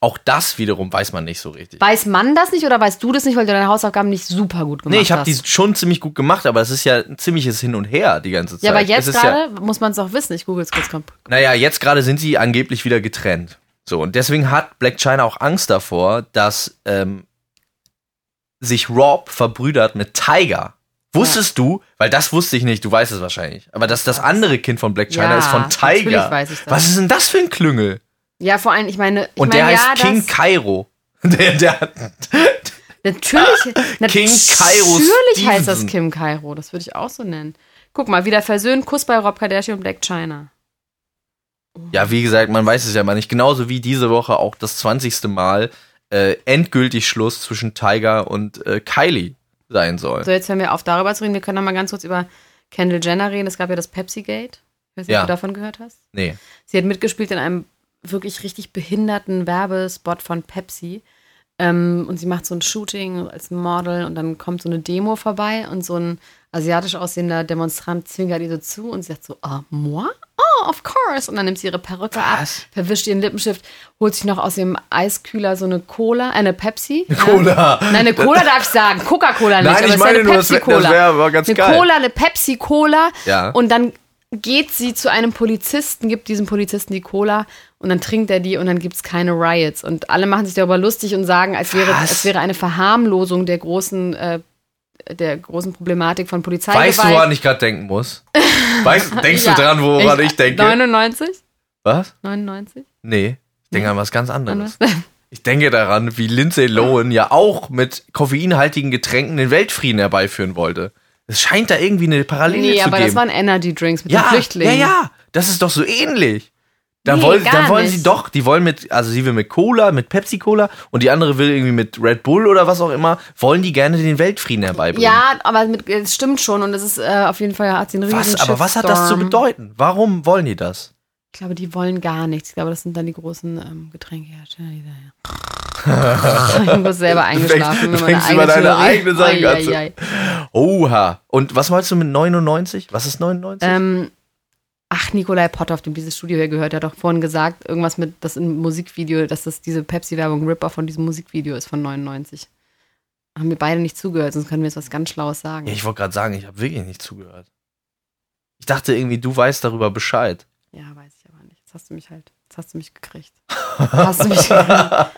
Speaker 2: Auch das wiederum weiß man nicht so richtig.
Speaker 1: Weiß Mann das nicht oder weißt du das nicht, weil du deine Hausaufgaben nicht super gut gemacht
Speaker 2: Nee, ich
Speaker 1: hast?
Speaker 2: habe die schon ziemlich gut gemacht, aber es ist ja ein ziemliches Hin und Her die ganze Zeit.
Speaker 1: ja, aber
Speaker 2: es
Speaker 1: jetzt
Speaker 2: ist Ja,
Speaker 1: gerade muss man es auch wissen. Ich google es kurz. Komm.
Speaker 2: naja, jetzt gerade sind sie angeblich wieder getrennt. So, und deswegen hat Black China auch Angst davor, dass ähm, sich Rob verbrüdert mit Tiger. Wusstest du, weil das wusste ich nicht, du weißt es wahrscheinlich, aber dass das andere Kind von Black China
Speaker 1: Ja,
Speaker 2: ist von
Speaker 1: natürlich
Speaker 2: Tiger.
Speaker 1: weiß ich das.
Speaker 2: Was ist denn das für ein Klüngel?
Speaker 1: Ja, vor allem, ich meine, ich
Speaker 2: Und
Speaker 1: meine,
Speaker 2: der heißt
Speaker 1: ja,
Speaker 2: King
Speaker 1: das-
Speaker 2: Cairo. Der, der hat
Speaker 1: Natürlich,
Speaker 2: King Kairo
Speaker 1: natürlich heißt das
Speaker 2: Stevenson.
Speaker 1: Kim Kairo. Das würde ich auch so nennen. Guck mal, wieder versöhnt, Kuss bei Rob Kardashian und Black China.
Speaker 2: Ja, wie gesagt, man weiß es ja mal nicht. Genauso wie diese Woche auch das 20. Mal äh, endgültig Schluss zwischen Tiger und äh, Kylie sein soll.
Speaker 1: So, jetzt hören wir auf, darüber zu reden. Wir können noch mal ganz kurz über Kendall Jenner reden. Es gab ja das Pepsi-Gate. Ich weiß nicht,
Speaker 2: Ja.
Speaker 1: ob du davon gehört hast.
Speaker 2: Nee.
Speaker 1: Sie hat mitgespielt in einem wirklich richtig behinderten Werbespot von Pepsi. Ähm, und sie macht so ein Shooting als Model und dann kommt so eine Demo vorbei und so ein asiatisch aussehender Demonstrant zwinkert ihr so zu und sie sagt so, ah, moi? Oh, of course. Und dann nimmt sie ihre Perücke ab,
Speaker 2: Was?
Speaker 1: verwischt ihren Lippenstift, holt sich noch aus dem Eiskühler so eine Cola, äh, eine Pepsi. ja.
Speaker 2: Cola.
Speaker 1: Nein, eine Cola darf ich sagen. Coca-Cola nicht.
Speaker 2: Nein,
Speaker 1: aber
Speaker 2: ich
Speaker 1: es ist ja
Speaker 2: meine
Speaker 1: eine
Speaker 2: nur, das wär-
Speaker 1: Pepsi-Cola.
Speaker 2: das wär aber ganz
Speaker 1: eine
Speaker 2: geil.
Speaker 1: Cola, eine Pepsi-Cola.
Speaker 2: Ja.
Speaker 1: Und dann geht sie zu einem Polizisten, gibt diesem Polizisten die Cola und dann trinkt er die und dann gibt es keine Riots. Und alle machen sich darüber lustig und sagen, als wäre,
Speaker 2: Was?
Speaker 1: als wäre eine Verharmlosung der großen, äh, der großen Problematik von Polizeigewalt.
Speaker 2: Weißt du, woran ich gerade denken muss? Weißt, denkst
Speaker 1: Ja.
Speaker 2: du dran, woran ich, denke?
Speaker 1: 99?
Speaker 2: was?
Speaker 1: 99?
Speaker 2: Nee. Ich denke an was ganz
Speaker 1: Hm. An
Speaker 2: anderes.
Speaker 1: was?
Speaker 2: Ich denke daran, wie Lindsay Lohan ja auch mit koffeinhaltigen Getränken den Weltfrieden herbeiführen wollte. Es scheint da irgendwie eine Parallele
Speaker 1: Nee,
Speaker 2: zu
Speaker 1: aber
Speaker 2: geben.
Speaker 1: das waren Energy Drinks mit
Speaker 2: Ja,
Speaker 1: den Flüchtlingen.
Speaker 2: ja, ja, das ist doch so ähnlich. Da
Speaker 1: Nee,
Speaker 2: wollen,
Speaker 1: gar
Speaker 2: dann wollen sie
Speaker 1: nicht.
Speaker 2: doch, die wollen mit, also sie will mit Cola, mit Pepsi Cola und die andere will irgendwie mit Red Bull oder was auch immer, wollen die gerne den Weltfrieden herbeibringen.
Speaker 1: Ja, aber mit, es stimmt schon und es ist äh, auf jeden Fall hat sie einen riesen
Speaker 2: was, aber was hat das zu
Speaker 1: Shitstorm.
Speaker 2: bedeuten? Warum wollen die das?
Speaker 1: Ich glaube, die wollen gar nichts. Ich glaube, das sind dann die großen ähm, Getränkehersteller, die da ja. Ich muss selber eingeschlafen.
Speaker 2: Du
Speaker 1: wenn
Speaker 2: fängst über deine
Speaker 1: Theorie-
Speaker 2: eigene Sache
Speaker 1: Ei, ei,
Speaker 2: an zu-
Speaker 1: ei.
Speaker 2: Oha. Und was meinst du mit 99? Was ist 99?
Speaker 1: Ähm, ach, Nikolai Potter, auf dem dieses Studio hier gehört, der hat doch vorhin gesagt, irgendwas mit, das im Musikvideo, dass das diese Pepsi-Werbung Ripper von diesem Musikvideo ist von 99. Haben wir beide nicht zugehört, sonst können wir jetzt was ganz Schlaues sagen.
Speaker 2: ja, ich wollte gerade sagen, ich habe wirklich nicht zugehört. Ich dachte irgendwie, du weißt darüber Bescheid.
Speaker 1: ja, weiß ich aber nicht. Jetzt hast du mich halt, jetzt hast du mich gekriegt. Hast du mich gekriegt.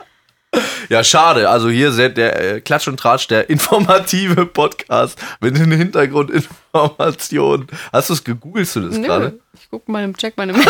Speaker 2: Ja, schade. Also hier seht der äh, Klatsch und Tratsch, der informative Podcast mit den Hintergrundinformationen. Hast du es gegoogelt, hast du das
Speaker 1: Nö,
Speaker 2: gerade?
Speaker 1: ich guck mal im Check meine Mails.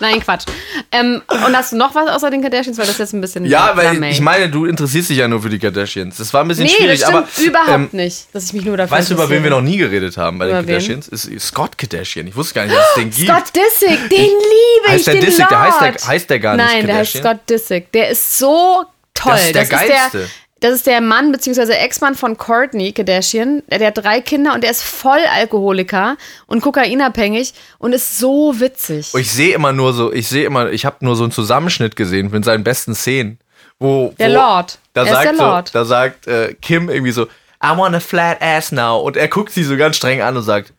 Speaker 1: Nein, Quatsch. Ähm, und hast du noch was außer den Kardashians? Weil das ist jetzt ein bisschen.
Speaker 2: Ja, weil
Speaker 1: lamm, ey.
Speaker 2: ich meine, du interessierst dich ja nur für die Kardashians. Das war ein bisschen
Speaker 1: Nee,
Speaker 2: schwierig,
Speaker 1: das stimmt
Speaker 2: aber ähm,
Speaker 1: überhaupt nicht, dass ich mich nur dafür
Speaker 2: weißt du, über wen wir
Speaker 1: interessiere.
Speaker 2: noch nie geredet haben bei
Speaker 1: Über
Speaker 2: den
Speaker 1: wen?
Speaker 2: Kardashians? Ist Scott Kardashian. Ich wusste gar nicht, dass es den gibt.
Speaker 1: Scott Disick, den liebe
Speaker 2: Heißt
Speaker 1: ich,
Speaker 2: der
Speaker 1: den
Speaker 2: Disick,
Speaker 1: Lord.
Speaker 2: der heißt der- heißt der gar nicht
Speaker 1: Nein, der heißt
Speaker 2: Kardashian?
Speaker 1: Scott Disick. Der ist so toll.
Speaker 2: Das ist der Geilste.
Speaker 1: das ist der Mann bzw. Ex-Mann von Courtney Kardashian. Der, der hat drei Kinder und der ist Vollalkoholiker und kokainabhängig und ist so witzig.
Speaker 2: Und Ich sehe immer nur so, ich sehe immer, ich habe nur so einen Zusammenschnitt gesehen mit seinen besten Szenen. Wo,
Speaker 1: Der
Speaker 2: wo,
Speaker 1: Lord.
Speaker 2: Da
Speaker 1: Er ist
Speaker 2: sagt,
Speaker 1: der Lord.
Speaker 2: So, da sagt äh, Kim irgendwie so, I want a flat ass now. Und er guckt sie so ganz streng an und sagt,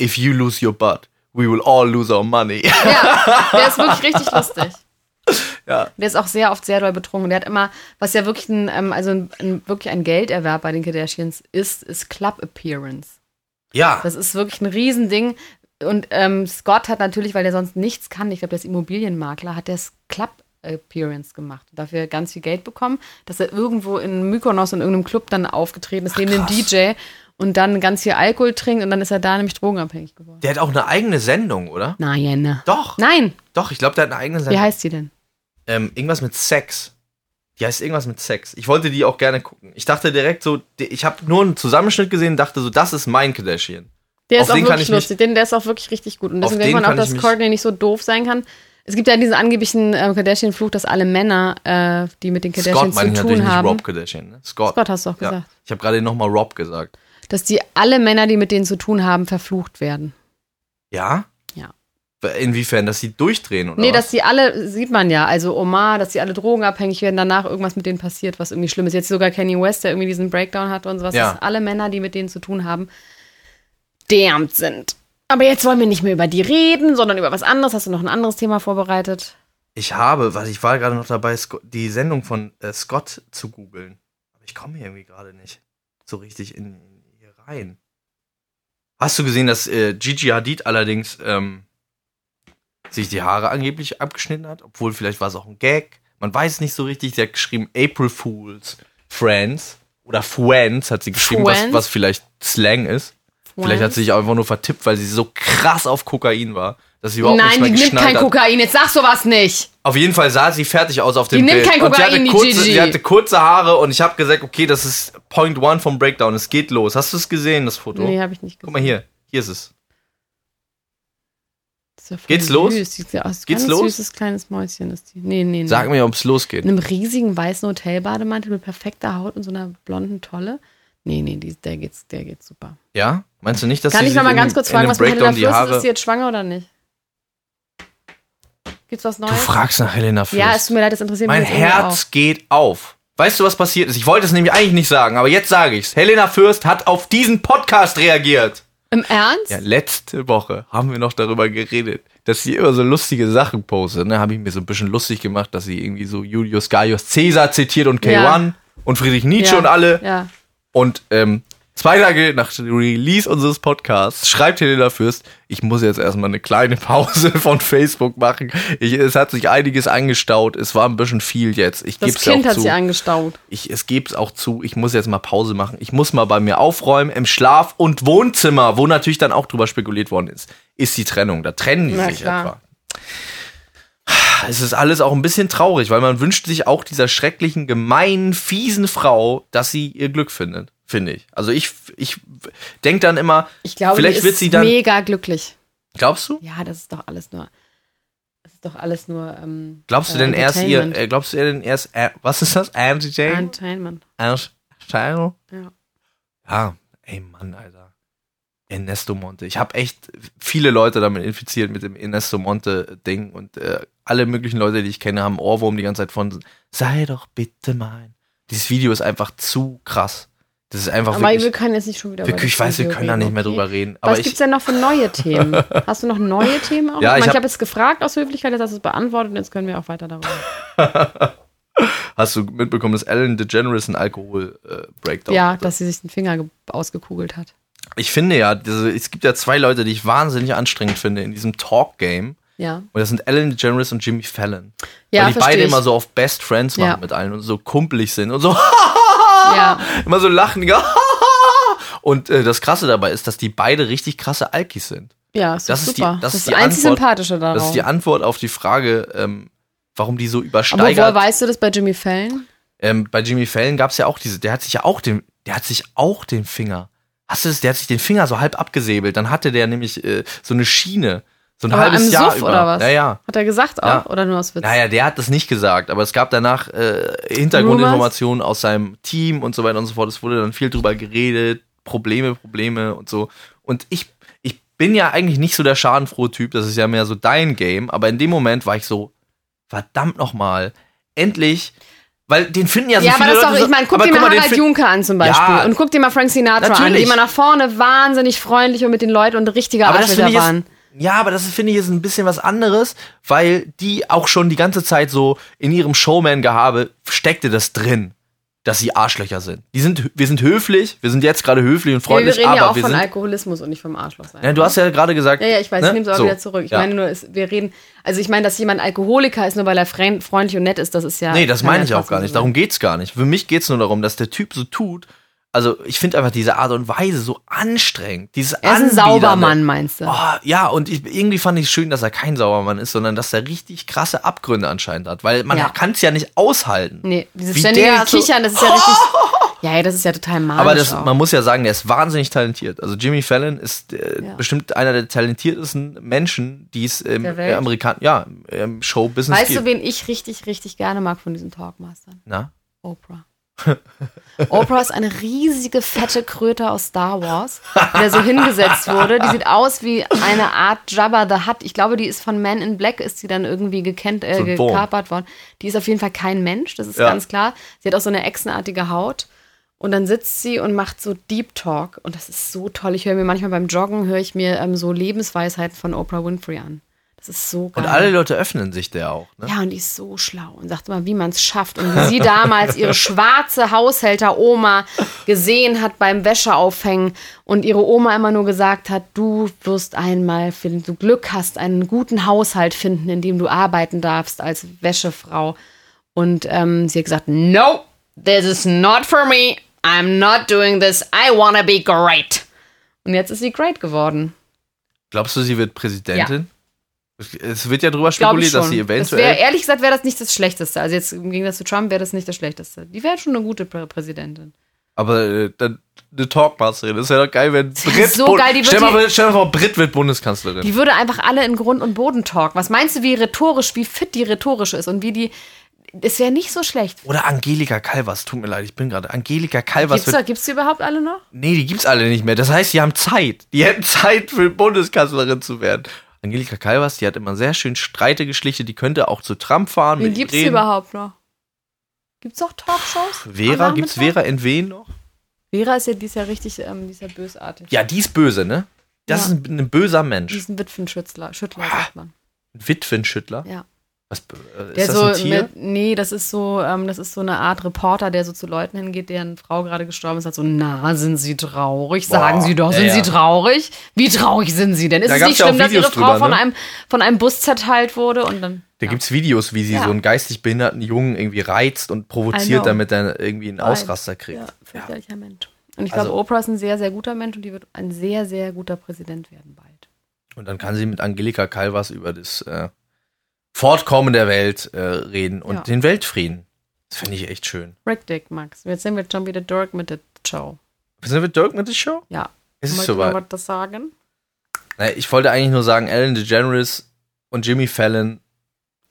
Speaker 2: if you lose your butt, We will all lose our money.
Speaker 1: Ja, der ist wirklich richtig lustig.
Speaker 2: Ja.
Speaker 1: Der ist auch sehr oft sehr doll betrunken. Der hat immer, was ja wirklich ein, ähm, also ein, ein, wirklich ein Gelderwerb bei den Kardashians ist, ist Club Appearance.
Speaker 2: ja.
Speaker 1: Das ist wirklich ein Riesending. Und ähm, Scott hat natürlich, weil der sonst nichts kann, ich glaube, der ist Immobilienmakler, hat der Club Appearance gemacht und dafür ganz viel Geld bekommen, dass er irgendwo in Mykonos in irgendeinem Club dann aufgetreten ist, neben dem DJ und dann ganz viel Alkohol trinkt und dann ist er da nämlich drogenabhängig geworden.
Speaker 2: Der hat auch eine eigene Sendung, oder?
Speaker 1: Nein.
Speaker 2: Doch.
Speaker 1: Nein.
Speaker 2: Doch, ich glaube, der hat eine eigene
Speaker 1: Wie
Speaker 2: Sendung.
Speaker 1: heißt sie denn?
Speaker 2: ähm, irgendwas mit Sex. Die heißt irgendwas mit Sex. Ich wollte die auch gerne gucken. Ich dachte direkt so, die- ich habe nur einen Zusammenschnitt gesehen und dachte so, das ist mein Kardashian.
Speaker 1: Der
Speaker 2: Auf
Speaker 1: ist auch
Speaker 2: den kann
Speaker 1: wirklich
Speaker 2: ich mich-
Speaker 1: lustig. Den, der ist auch wirklich richtig gut. Und
Speaker 2: Auf
Speaker 1: deswegen
Speaker 2: den
Speaker 1: denkt man auch,
Speaker 2: kann ich
Speaker 1: dass
Speaker 2: mich-
Speaker 1: Courtney nicht so doof sein kann. Es gibt ja diesen angeblichen äh, Kardashian-Fluch, dass alle Männer, äh, die mit den
Speaker 2: Scott
Speaker 1: Kardashians
Speaker 2: meine ich
Speaker 1: zu
Speaker 2: natürlich
Speaker 1: tun haben,
Speaker 2: nicht Rob Kardashian. Ne? Scott.
Speaker 1: Scott hast du auch
Speaker 2: ja.
Speaker 1: gesagt.
Speaker 2: Ich habe gerade nochmal Rob gesagt.
Speaker 1: dass die alle Männer, die mit denen zu tun haben, verflucht werden.
Speaker 2: Ja?
Speaker 1: Ja.
Speaker 2: Inwiefern, dass sie durchdrehen oder
Speaker 1: nee,
Speaker 2: was?
Speaker 1: dass die alle, sieht man ja, also Omar, dass die alle drogenabhängig werden, danach irgendwas mit denen passiert, was irgendwie schlimm ist. Jetzt sogar Kanye West, der irgendwie diesen Breakdown hatte und sowas,
Speaker 2: Ja.
Speaker 1: dass alle Männer, die mit denen zu tun haben, damned sind. Aber jetzt wollen wir nicht mehr über die reden, sondern über was anderes. Hast du noch ein anderes Thema vorbereitet?
Speaker 2: Ich habe, was ich war gerade noch dabei, Sco- die Sendung von äh, Scott zu googeln. Aber ich komme hier irgendwie gerade nicht so richtig in, in hier rein. Hast du gesehen, dass äh, Gigi Hadid allerdings ähm, sich die Haare angeblich abgeschnitten hat? Obwohl, vielleicht war es auch ein Gag. Man weiß nicht so richtig. Sie hat geschrieben April Fools, Friends oder Friends hat sie geschrieben, was,
Speaker 1: Friends?
Speaker 2: was vielleicht Slang ist. Vielleicht hat sie sich auch einfach nur vertippt, weil sie so krass auf Kokain war, dass sie überhaupt nicht
Speaker 1: Nein,
Speaker 2: mehr
Speaker 1: die nimmt
Speaker 2: geschnallt
Speaker 1: kein
Speaker 2: hat.
Speaker 1: Kokain. Jetzt sag sowas nicht.
Speaker 2: Auf jeden Fall sah sie fertig aus auf dem
Speaker 1: nimmt
Speaker 2: Bild.
Speaker 1: kein
Speaker 2: und sie
Speaker 1: Kokain,
Speaker 2: hatte,
Speaker 1: die
Speaker 2: kurze,
Speaker 1: Gigi.
Speaker 2: sie hatte kurze Haare und ich habe gesagt, okay, das ist Point One vom Breakdown. Es geht los. Hast du es gesehen, das Foto?
Speaker 1: Nee, habe ich nicht gesehen.
Speaker 2: Guck mal hier. Hier ist es.
Speaker 1: Das ist ja voll
Speaker 2: Geht's los?
Speaker 1: Süß. Sieht ja aus.
Speaker 2: Geht's
Speaker 1: ganz
Speaker 2: los?
Speaker 1: süßes kleines Mäuschen ist die. Nee, nee, nee.
Speaker 2: Sag mir, ob es losgeht.
Speaker 1: In einem riesigen weißen Hotelbademantel mit perfekter Haut und so einer blonden Tolle. Nee, nee, die, der, geht's, der geht's super.
Speaker 2: Ja? Meinst du nicht, dass
Speaker 1: Kann
Speaker 2: sie
Speaker 1: ich
Speaker 2: sich
Speaker 1: nochmal
Speaker 2: in
Speaker 1: ganz
Speaker 2: dem-
Speaker 1: kurz
Speaker 2: in
Speaker 1: fragen,
Speaker 2: dem
Speaker 1: was mit
Speaker 2: Breakdown
Speaker 1: Helena Fürst
Speaker 2: die
Speaker 1: ist?
Speaker 2: Haare...
Speaker 1: Ist sie jetzt schwanger oder nicht? Gibt's was
Speaker 2: Du
Speaker 1: Neues?
Speaker 2: fragst nach Helena Fürst.
Speaker 1: ja, es tut mir leid, das interessiert
Speaker 2: mein
Speaker 1: mich jetzt irgendwie
Speaker 2: Herz geht auf. Weißt du, was passiert ist? Ich wollte es nämlich eigentlich nicht sagen, aber jetzt sage ich's. Helena Fürst hat auf diesen Podcast reagiert.
Speaker 1: auch. Im Ernst?
Speaker 2: Ja, letzte Woche haben wir noch darüber geredet, dass sie immer so lustige Sachen postet. Ne? Habe ich mir so ein bisschen lustig gemacht, dass sie irgendwie so Julius Gaius Caesar zitiert und K1
Speaker 1: Ja.
Speaker 2: und Friedrich Nietzsche und alle.
Speaker 1: Ja.
Speaker 2: Und ähm, zwei Tage nach dem Release unseres Podcasts schreibt Helena Fürst, ich muss jetzt erstmal eine kleine Pause von Facebook machen. Ich, es hat sich einiges angestaut. Es war ein bisschen viel jetzt. Ich
Speaker 1: Das
Speaker 2: geb's
Speaker 1: Kind
Speaker 2: auch
Speaker 1: hat
Speaker 2: zu
Speaker 1: sie angestaut.
Speaker 2: ich, es geb's auch zu, ich muss jetzt mal Pause machen. Ich muss mal bei mir aufräumen im Schlaf und Wohnzimmer, wo natürlich dann auch drüber spekuliert worden ist, ist die Trennung. Da trennen die
Speaker 1: Na
Speaker 2: sich
Speaker 1: klar.
Speaker 2: etwa. Es ist alles auch ein bisschen traurig, weil man wünscht sich auch dieser schrecklichen, gemeinen, fiesen Frau, dass sie ihr Glück findet, finde ich. Also ich, ich denk dann immer,
Speaker 1: Ich glaube,
Speaker 2: Vielleicht
Speaker 1: die ist
Speaker 2: wird sie dann-
Speaker 1: mega glücklich.
Speaker 2: glaubst du?
Speaker 1: Ja, das ist doch alles nur. Das ist doch alles nur. Ähm,
Speaker 2: Glaubst du
Speaker 1: äh,
Speaker 2: denn erst ihr,
Speaker 1: Entertainment.
Speaker 2: äh, glaubst du ihr denn erst, äh, was ist das? Entertainment?
Speaker 1: Entertainment.
Speaker 2: Ansteigerung?
Speaker 1: Ja.
Speaker 2: Ja, ey Mann, Alter. Ernesto Monte. Ich habe echt viele Leute damit infiziert mit dem Ernesto Monte-Ding und äh, alle möglichen Leute, die ich kenne, haben Ohrwurm die ganze Zeit von sei doch bitte mein. Dieses Video ist einfach zu krass. Das ist einfach
Speaker 1: Aber wir
Speaker 2: wirklich.
Speaker 1: können jetzt nicht schon wieder über
Speaker 2: wirklich ich
Speaker 1: das
Speaker 2: weiß, wir
Speaker 1: Video
Speaker 2: können da
Speaker 1: reden,
Speaker 2: nicht mehr
Speaker 1: okay.
Speaker 2: drüber reden.
Speaker 1: Was
Speaker 2: Aber
Speaker 1: gibt's
Speaker 2: ich,
Speaker 1: denn noch für neue Themen? Hast du noch neue Themen auch?
Speaker 2: Ja,
Speaker 1: noch?
Speaker 2: ich
Speaker 1: ich
Speaker 2: hab-
Speaker 1: habe es gefragt aus Höflichkeit, jetzt hast du es beantwortet und jetzt können wir auch weiter darüber. reden.
Speaker 2: hast du mitbekommen, dass Ellen DeGeneres einen äh, Alkohol-Breakdown
Speaker 1: ja,
Speaker 2: hatte?
Speaker 1: dass sie sich den Finger ge- ausgekugelt hat.
Speaker 2: Ich finde ja, diese, es gibt ja zwei Leute, die ich wahnsinnig anstrengend finde in diesem Talk-Game.
Speaker 1: Ja.
Speaker 2: Und das sind Ellen DeGeneres und Jimmy Fallon.
Speaker 1: Ja,
Speaker 2: weil die
Speaker 1: versteh
Speaker 2: beide
Speaker 1: ich.
Speaker 2: immer so auf Best Friends machen
Speaker 1: Ja.
Speaker 2: mit allen und so kumpelig sind und so
Speaker 1: ja.
Speaker 2: immer so lachen. die- Und äh, das Krasse dabei ist, dass die beide richtig krasse Alkis sind.
Speaker 1: Ja, ist
Speaker 2: Das
Speaker 1: das
Speaker 2: ist die-
Speaker 1: super.
Speaker 2: das
Speaker 1: das
Speaker 2: ist
Speaker 1: ist
Speaker 2: die
Speaker 1: das einzig
Speaker 2: Antwort-
Speaker 1: Sympathische daran.
Speaker 2: Das ist die Antwort auf die Frage, ähm, warum die so
Speaker 1: Aber woher
Speaker 2: übersteigert.
Speaker 1: weißt du das bei Jimmy Fallon?
Speaker 2: Ähm, bei Jimmy Fallon gab es ja auch diese, der hat sich ja auch den, der hat sich auch den Finger. Hast du das? Der hat sich den Finger so halb abgesäbelt. Dann hatte der nämlich äh, so eine Schiene. So ein
Speaker 1: Aber
Speaker 2: halbes
Speaker 1: am
Speaker 2: Jahr
Speaker 1: Suff
Speaker 2: über.
Speaker 1: oder was?
Speaker 2: Ja, ja.
Speaker 1: Hat er gesagt auch?
Speaker 2: Ja.
Speaker 1: Oder nur aus Witz?
Speaker 2: Naja, der hat das nicht gesagt, aber es gab danach äh, Hintergrundinformationen aus seinem Team und so weiter und so fort. Es wurde dann viel drüber geredet, Probleme, Probleme und so. Und ich, ich bin ja eigentlich nicht so der schadenfrohe Typ, das ist ja mehr so dein Game, aber in dem Moment war ich so, verdammt nochmal, endlich, weil den finden ja so
Speaker 1: ja, aber
Speaker 2: viele
Speaker 1: das ist
Speaker 2: Leute
Speaker 1: doch,
Speaker 2: so,
Speaker 1: ich meine, guck
Speaker 2: aber
Speaker 1: dir mal
Speaker 2: guck den
Speaker 1: Harald
Speaker 2: fin-
Speaker 1: Juncker an zum Beispiel
Speaker 2: Ja.
Speaker 1: und guck dir mal Frank Sinatra an,
Speaker 2: Natürlich.
Speaker 1: die immer nach vorne wahnsinnig freundlich und mit den Leuten und richtige
Speaker 2: aber das
Speaker 1: Arschlöcher
Speaker 2: finde ich
Speaker 1: waren.
Speaker 2: ist, Ja, aber das ist, finde ich ist ein bisschen was anderes, weil die auch schon die ganze Zeit so in ihrem Showman-Gehabe steckte das drin, dass sie Arschlöcher sind. Die sind, wir sind höflich, wir sind jetzt gerade höflich und
Speaker 1: Ja, wir
Speaker 2: freundlich,
Speaker 1: reden
Speaker 2: aber
Speaker 1: ja auch
Speaker 2: wir
Speaker 1: von
Speaker 2: sind.
Speaker 1: Alkoholismus und nicht vom Arschloch sein.
Speaker 2: Ja, du hast ja gerade gesagt.
Speaker 1: Ja, ja, ich weiß,
Speaker 2: ne?
Speaker 1: ich nehme es auch
Speaker 2: So,
Speaker 1: wieder zurück. Ich
Speaker 2: ja.
Speaker 1: meine nur, es, wir reden, also ich meine, dass jemand Alkoholiker ist, nur weil er freund- freundlich und nett ist, das ist ja.
Speaker 2: Nee, das
Speaker 1: kann ja
Speaker 2: meine ich auch
Speaker 1: trotzdem
Speaker 2: gar
Speaker 1: so
Speaker 2: nicht.
Speaker 1: sein.
Speaker 2: Darum geht's gar nicht. Für mich geht's nur darum, dass der Typ so tut. Also, ich finde einfach diese Art und Weise so anstrengend. Dieses
Speaker 1: Er ist ein
Speaker 2: Anbiedernde.
Speaker 1: Saubermann, meinst du?
Speaker 2: Oh, ja, und ich, irgendwie fand ich schön, dass er kein Sauermann ist, sondern dass er richtig krasse Abgründe anscheinend hat, weil man
Speaker 1: Ja.
Speaker 2: kann es ja nicht aushalten.
Speaker 1: Nee, dieses
Speaker 2: Wie
Speaker 1: ständige
Speaker 2: der so-
Speaker 1: Kichern, das ist ja richtig. Ja, ja, das ist ja total magisch.
Speaker 2: Aber das,
Speaker 1: auch.
Speaker 2: man muss ja sagen, der ist wahnsinnig talentiert. Also Jimmy Fallon ist äh,
Speaker 1: Ja.
Speaker 2: bestimmt einer der talentiertesten Menschen, die es im
Speaker 1: Der Welt.
Speaker 2: Amerikan ja, im Showbusiness
Speaker 1: weißt
Speaker 2: gibt. ne?
Speaker 1: du, wen ich richtig, richtig gerne mag von diesen Talkmastern?
Speaker 2: Na?
Speaker 1: Oprah. Oprah ist eine riesige, fette Kröte aus Star Wars, die da so hingesetzt wurde. Die sieht aus wie eine Art Jabba the Hutt. Ich glaube, die ist von Man in Black, ist sie dann irgendwie gekennt, äh,
Speaker 2: So ein Wurm.
Speaker 1: gekapert worden. Die ist auf jeden Fall kein Mensch, das ist
Speaker 2: Ja.
Speaker 1: ganz klar. Sie hat auch so eine echsenartige Haut. Und dann sitzt sie und macht so Deep Talk. Und das ist so toll. Ich höre mir manchmal beim Joggen, höre ich mir ähm, so Lebensweisheiten von Oprah Winfrey an. Das ist so geil.
Speaker 2: Und alle Leute öffnen sich der auch. Ne?
Speaker 1: Ja, und die ist so schlau und sagt immer, wie man es schafft. Und wie sie damals ihre schwarze Haushälter-Oma gesehen hat beim Wäscheaufhängen und ihre Oma immer nur gesagt hat, du wirst einmal, wenn du Glück hast, einen guten Haushalt finden, in dem du arbeiten darfst als Wäschefrau. Und ähm, sie hat gesagt, no, this is not for me. I'm not doing this. I wanna be great. Und jetzt ist sie great geworden.
Speaker 2: Glaubst du, sie wird Präsidentin? Es wird ja drüber
Speaker 1: Glaube ich
Speaker 2: spekuliert,
Speaker 1: schon.
Speaker 2: dass sie
Speaker 1: das wär,
Speaker 2: eventuell.
Speaker 1: ehrlich gesagt wäre das nicht das Schlechteste. Also jetzt im Gegensatz zu Trump wäre das nicht das Schlechteste. Die wäre schon eine gute Prä Präsidentin.
Speaker 2: aber äh, dann eine Talkmasterin. Das wäre doch geil, wenn Brit.
Speaker 1: so
Speaker 2: Bund-
Speaker 1: geil, die wird
Speaker 2: stell, mal,
Speaker 1: die-
Speaker 2: stell mal vor, Brit wird Bundeskanzlerin.
Speaker 1: Die würde einfach alle in Grund und Boden talken. Was meinst du, wie rhetorisch, wie fit die rhetorisch ist und wie die. Es wäre nicht so schlecht.
Speaker 2: Oder Angelika Kalvas. Tut mir leid, ich bin gerade. Angelika Kalvas
Speaker 1: Gibt's,
Speaker 2: wird
Speaker 1: da, gibt's die überhaupt alle noch?
Speaker 2: Nee, die gibt's alle nicht mehr. Das heißt, die haben Zeit. Die hätten Zeit, für Bundeskanzlerin zu werden. Angelika Kalvas, die hat immer sehr schön Streite geschlichtet. Die könnte auch zu Trump fahren.
Speaker 1: Wen
Speaker 2: mit ihm
Speaker 1: gibt's die
Speaker 2: reden.
Speaker 1: überhaupt noch? Gibt's auch Talkshows?
Speaker 2: Vera,
Speaker 1: am
Speaker 2: gibt's
Speaker 1: Nachmittag?
Speaker 2: Vera in Wen noch?
Speaker 1: Vera ist ja dieser richtig, ähm, dieser bösartig.
Speaker 2: Ja, die ist böse, ne? Das
Speaker 1: Ja.
Speaker 2: ist ein, ein böser Mensch.
Speaker 1: Diesen Witwenschüttler, Schüttler
Speaker 2: Ah.
Speaker 1: sagt man.
Speaker 2: Ein Witwenschüttler.
Speaker 1: Ja.
Speaker 2: Was, äh,
Speaker 1: Der
Speaker 2: ist das
Speaker 1: so
Speaker 2: ein Tier?
Speaker 1: Mit, nee, das ist so, ähm, das ist so eine Art Reporter, der so zu Leuten hingeht, deren Frau gerade gestorben ist, sagt so, na, sind sie traurig? Sagen
Speaker 2: Boah,
Speaker 1: sie doch,
Speaker 2: ja,
Speaker 1: sind
Speaker 2: ja.
Speaker 1: sie traurig? Wie traurig sind sie denn? Ist
Speaker 2: Da
Speaker 1: es
Speaker 2: gab's
Speaker 1: nicht
Speaker 2: ja auch
Speaker 1: schlimm, dass ihre
Speaker 2: Videos
Speaker 1: Frau
Speaker 2: drüber,
Speaker 1: von,
Speaker 2: ne?
Speaker 1: einem, von einem Bus zerteilt wurde? Und dann,
Speaker 2: Da
Speaker 1: ja.
Speaker 2: gibt's Videos, wie sie
Speaker 1: Ja.
Speaker 2: so einen geistig behinderten Jungen irgendwie reizt
Speaker 1: I
Speaker 2: und
Speaker 1: know.
Speaker 2: provoziert, damit er irgendwie einen Ausraster kriegt.
Speaker 1: Ja, fürchterlicher Mensch. Und ich glaube,
Speaker 2: Also-
Speaker 1: Oprah ist ein sehr, sehr guter Mensch und die wird ein sehr, sehr guter Präsident werden bald.
Speaker 2: Und dann kann sie mit Angelika Kalvas über das äh, Fortkommen der Welt äh, reden und
Speaker 1: Ja.
Speaker 2: den Weltfrieden. Das finde ich echt schön.
Speaker 1: Rick Dick, Max. Jetzt sind wir schon wieder Dirk mit der Show.
Speaker 2: Sind wir Dirk mit der Show?
Speaker 1: Ja.
Speaker 2: Es ist
Speaker 1: Möchtest du
Speaker 2: soweit.
Speaker 1: noch was sagen?
Speaker 2: Naja, ich wollte eigentlich nur sagen, Ellen DeGeneres und Jimmy Fallon.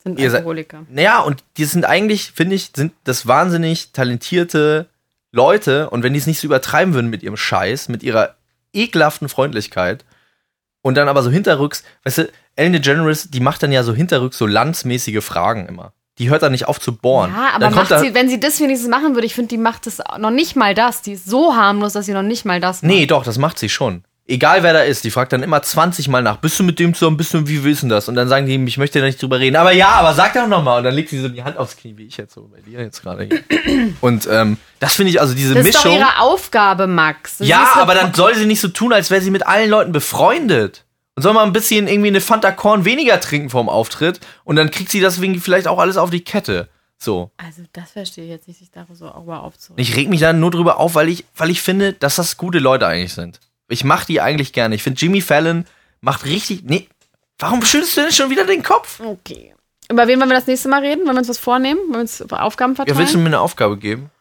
Speaker 1: Sind
Speaker 2: Ihr seid-
Speaker 1: Alkoholiker.
Speaker 2: Naja, und die sind eigentlich, finde ich, sind das wahnsinnig talentierte Leute. Und wenn die es nicht so übertreiben würden mit ihrem Scheiß, mit ihrer ekelhaften Freundlichkeit und dann aber so hinterrücks, weißt du, Ellen DeGeneres, die macht dann ja so hinterrücks so landsmäßige Fragen immer. Die hört dann nicht auf zu bohren.
Speaker 1: Ja, aber
Speaker 2: dann kommt
Speaker 1: macht
Speaker 2: da,
Speaker 1: sie, wenn sie das wenigstens machen würde, ich finde, die macht das noch nicht mal das. Die ist so harmlos, dass sie noch nicht mal das macht.
Speaker 2: Nee, doch, das macht sie schon. Egal wer da ist, die fragt dann immer 20 Mal nach, bist du mit dem zusammen, bist du, wie wissen das? Und dann sagen die ihm, ich möchte da nicht drüber reden. Aber ja, aber sag doch nochmal. Und dann legt sie so die Hand aufs Knie, wie ich jetzt so bei dir jetzt gerade. hier. Und ähm, das finde ich, also diese
Speaker 1: Das ist doch
Speaker 2: Mischung.
Speaker 1: ihre Aufgabe, Max. Das
Speaker 2: Ja,
Speaker 1: ist
Speaker 2: aber dann soll sie nicht so tun, als wäre sie mit allen Leuten befreundet. Und soll mal ein bisschen irgendwie eine Fanta Korn weniger trinken vorm Auftritt. Und dann kriegt sie das wegen vielleicht auch alles auf die Kette. So.
Speaker 1: Also, das verstehe ich jetzt nicht, sich darüber so sauber
Speaker 2: Und
Speaker 1: aufzuregen.
Speaker 2: Ich reg mich dann nur drüber auf, weil ich, weil ich finde, dass das gute Leute eigentlich sind. Ich mach die eigentlich gerne. Ich finde, Jimmy Fallon macht richtig. Nee, warum schüttelst du denn schon wieder den Kopf?
Speaker 1: Okay. Über wen wollen wir das nächste Mal reden? Wollen wir uns was vornehmen? Wollen wir uns Aufgaben
Speaker 2: Ja, willst du
Speaker 1: verteilen?
Speaker 2: mir eine Aufgabe geben?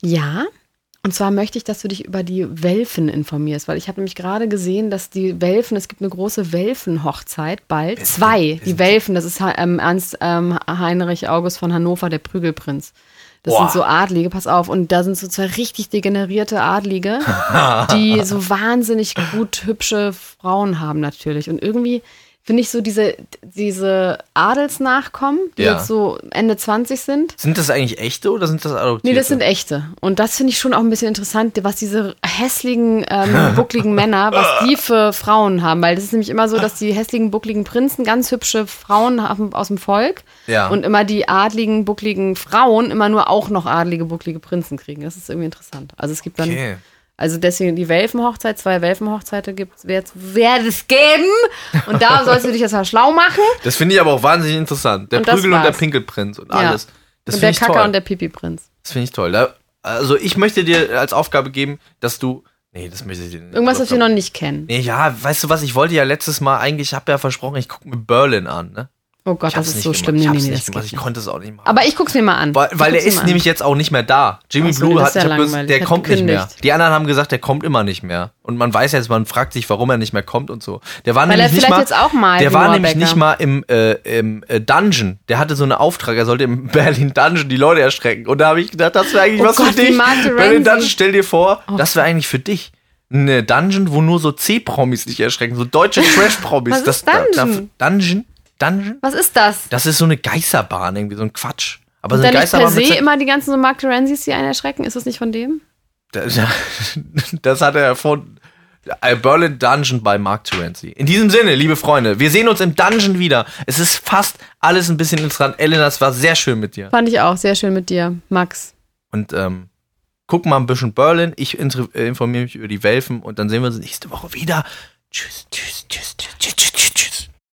Speaker 1: Ja. Und zwar möchte ich, dass du dich über die Welfen informierst, weil ich habe nämlich gerade gesehen, dass die Welfen, es gibt eine große Welfen-Hochzeit bald. Zwei, die Welfen, das ist ähm, Ernst ähm, Heinrich August von Hannover, der Prügelprinz. Das
Speaker 2: Boah.
Speaker 1: sind so Adlige, pass auf. Und da sind so zwei richtig degenerierte Adlige, die so wahnsinnig gut hübsche Frauen haben natürlich. Und irgendwie finde ich so diese, diese Adelsnachkommen, die
Speaker 2: Ja.
Speaker 1: jetzt so Ende 20 sind.
Speaker 2: Sind das eigentlich echte oder sind das adoptierte?
Speaker 1: Nee, das sind echte. Und das finde ich schon auch ein bisschen interessant, was diese hässlichen, ähm, buckligen Männer, was die für Frauen haben. Weil das ist nämlich immer so, dass die hässlichen, buckligen Prinzen ganz hübsche Frauen haben aus dem Volk
Speaker 2: Ja.
Speaker 1: und immer die adligen, buckligen Frauen immer nur auch noch adlige, bucklige Prinzen kriegen. Das ist irgendwie interessant. Also es gibt dann,
Speaker 2: Okay.
Speaker 1: also deswegen die Welfenhochzeit, zwei Welfenhochzeiten gibt es, wird es geben. Und da sollst du dich jetzt mal schlau machen.
Speaker 2: Das finde ich aber auch wahnsinnig interessant. Der
Speaker 1: Und das
Speaker 2: Prügel und der
Speaker 1: war's.
Speaker 2: Pinkelprinz und
Speaker 1: Ja.
Speaker 2: alles.
Speaker 1: und der
Speaker 2: Das finde ich
Speaker 1: Kacker
Speaker 2: toll.
Speaker 1: und der Pipi-Prinz.
Speaker 2: Das finde ich toll. Da, also ich möchte dir als Aufgabe geben, dass du. Nee, das möchte ich dir nicht.
Speaker 1: Irgendwas, was wir noch nicht kennen.
Speaker 2: Nee, ja, weißt du was, ich wollte ja letztes Mal eigentlich, ich habe ja versprochen, ich gucke mir Berlin an, ne?
Speaker 1: Oh Gott,
Speaker 2: Ich
Speaker 1: das
Speaker 2: hab's
Speaker 1: ist
Speaker 2: nicht
Speaker 1: so
Speaker 2: gemacht.
Speaker 1: schlimm.
Speaker 2: Ich
Speaker 1: Nee, nee,
Speaker 2: hab's
Speaker 1: nee,
Speaker 2: nicht
Speaker 1: das
Speaker 2: gemacht,
Speaker 1: geht
Speaker 2: ich
Speaker 1: nicht.
Speaker 2: konnte es auch nicht machen.
Speaker 1: Aber ich guck's mir mal an.
Speaker 2: weil
Speaker 1: Ich
Speaker 2: weil der
Speaker 1: guck's mir
Speaker 2: ist
Speaker 1: mal an.
Speaker 2: nämlich jetzt auch nicht mehr da. Jimmy
Speaker 1: Ach so,
Speaker 2: Blue
Speaker 1: das
Speaker 2: hat,
Speaker 1: ist ja
Speaker 2: ich hab bloß,
Speaker 1: langweilig.
Speaker 2: der
Speaker 1: Hat
Speaker 2: kommt nicht mehr.
Speaker 1: gekündigt.
Speaker 2: Die anderen haben gesagt, der kommt immer nicht mehr. Und man weiß jetzt, man fragt sich, warum er nicht mehr kommt und so. Der war
Speaker 1: Weil er
Speaker 2: nämlich nicht
Speaker 1: vielleicht
Speaker 2: mal,
Speaker 1: jetzt auch mal
Speaker 2: Der
Speaker 1: wie
Speaker 2: war
Speaker 1: Noah
Speaker 2: nämlich
Speaker 1: Becker.
Speaker 2: nicht mal im, äh, im äh, Dungeon. Der hatte so einen Auftrag, er sollte im Berlin Dungeon die Leute erschrecken. Und da habe ich gedacht, das wäre eigentlich
Speaker 1: Oh
Speaker 2: was
Speaker 1: Gott,
Speaker 2: für
Speaker 1: wie
Speaker 2: dich.
Speaker 1: Mark Oh Terenzi.
Speaker 2: Berlin Dungeon, stell dir vor, das wäre eigentlich für dich. Eine Dungeon, wo nur so C-Promis dich erschrecken, so deutsche Trash-Promis.
Speaker 1: Was ist
Speaker 2: Das- da- da-
Speaker 1: Dungeon?
Speaker 2: Dungeon? Dungeon?
Speaker 1: Was ist das?
Speaker 2: Das ist so eine Geisterbahn, irgendwie so Also ein Quatsch. Aber so
Speaker 1: Sind
Speaker 2: eine
Speaker 1: da nicht per
Speaker 2: Geisterbahn
Speaker 1: se
Speaker 2: mit
Speaker 1: immer die ganzen so Mark Terenzis, die einen erschrecken? Ist das nicht von dem?
Speaker 2: Das, das hat er erfunden. A Berlin Dungeon bei Mark Terenzi. In diesem Sinne, liebe Freunde, wir sehen uns im Dungeon wieder. Es ist fast alles ein bisschen interessant. Elena, es war sehr schön mit dir.
Speaker 1: Fand ich auch sehr schön mit dir, Max.
Speaker 2: Und ähm, guck mal ein bisschen Berlin. Ich inter- äh, informiere mich über die Welfen und dann sehen wir uns nächste Woche wieder. Tschüss, tschüss, tschüss, tschüss, tschüss, tschüss. tschüss.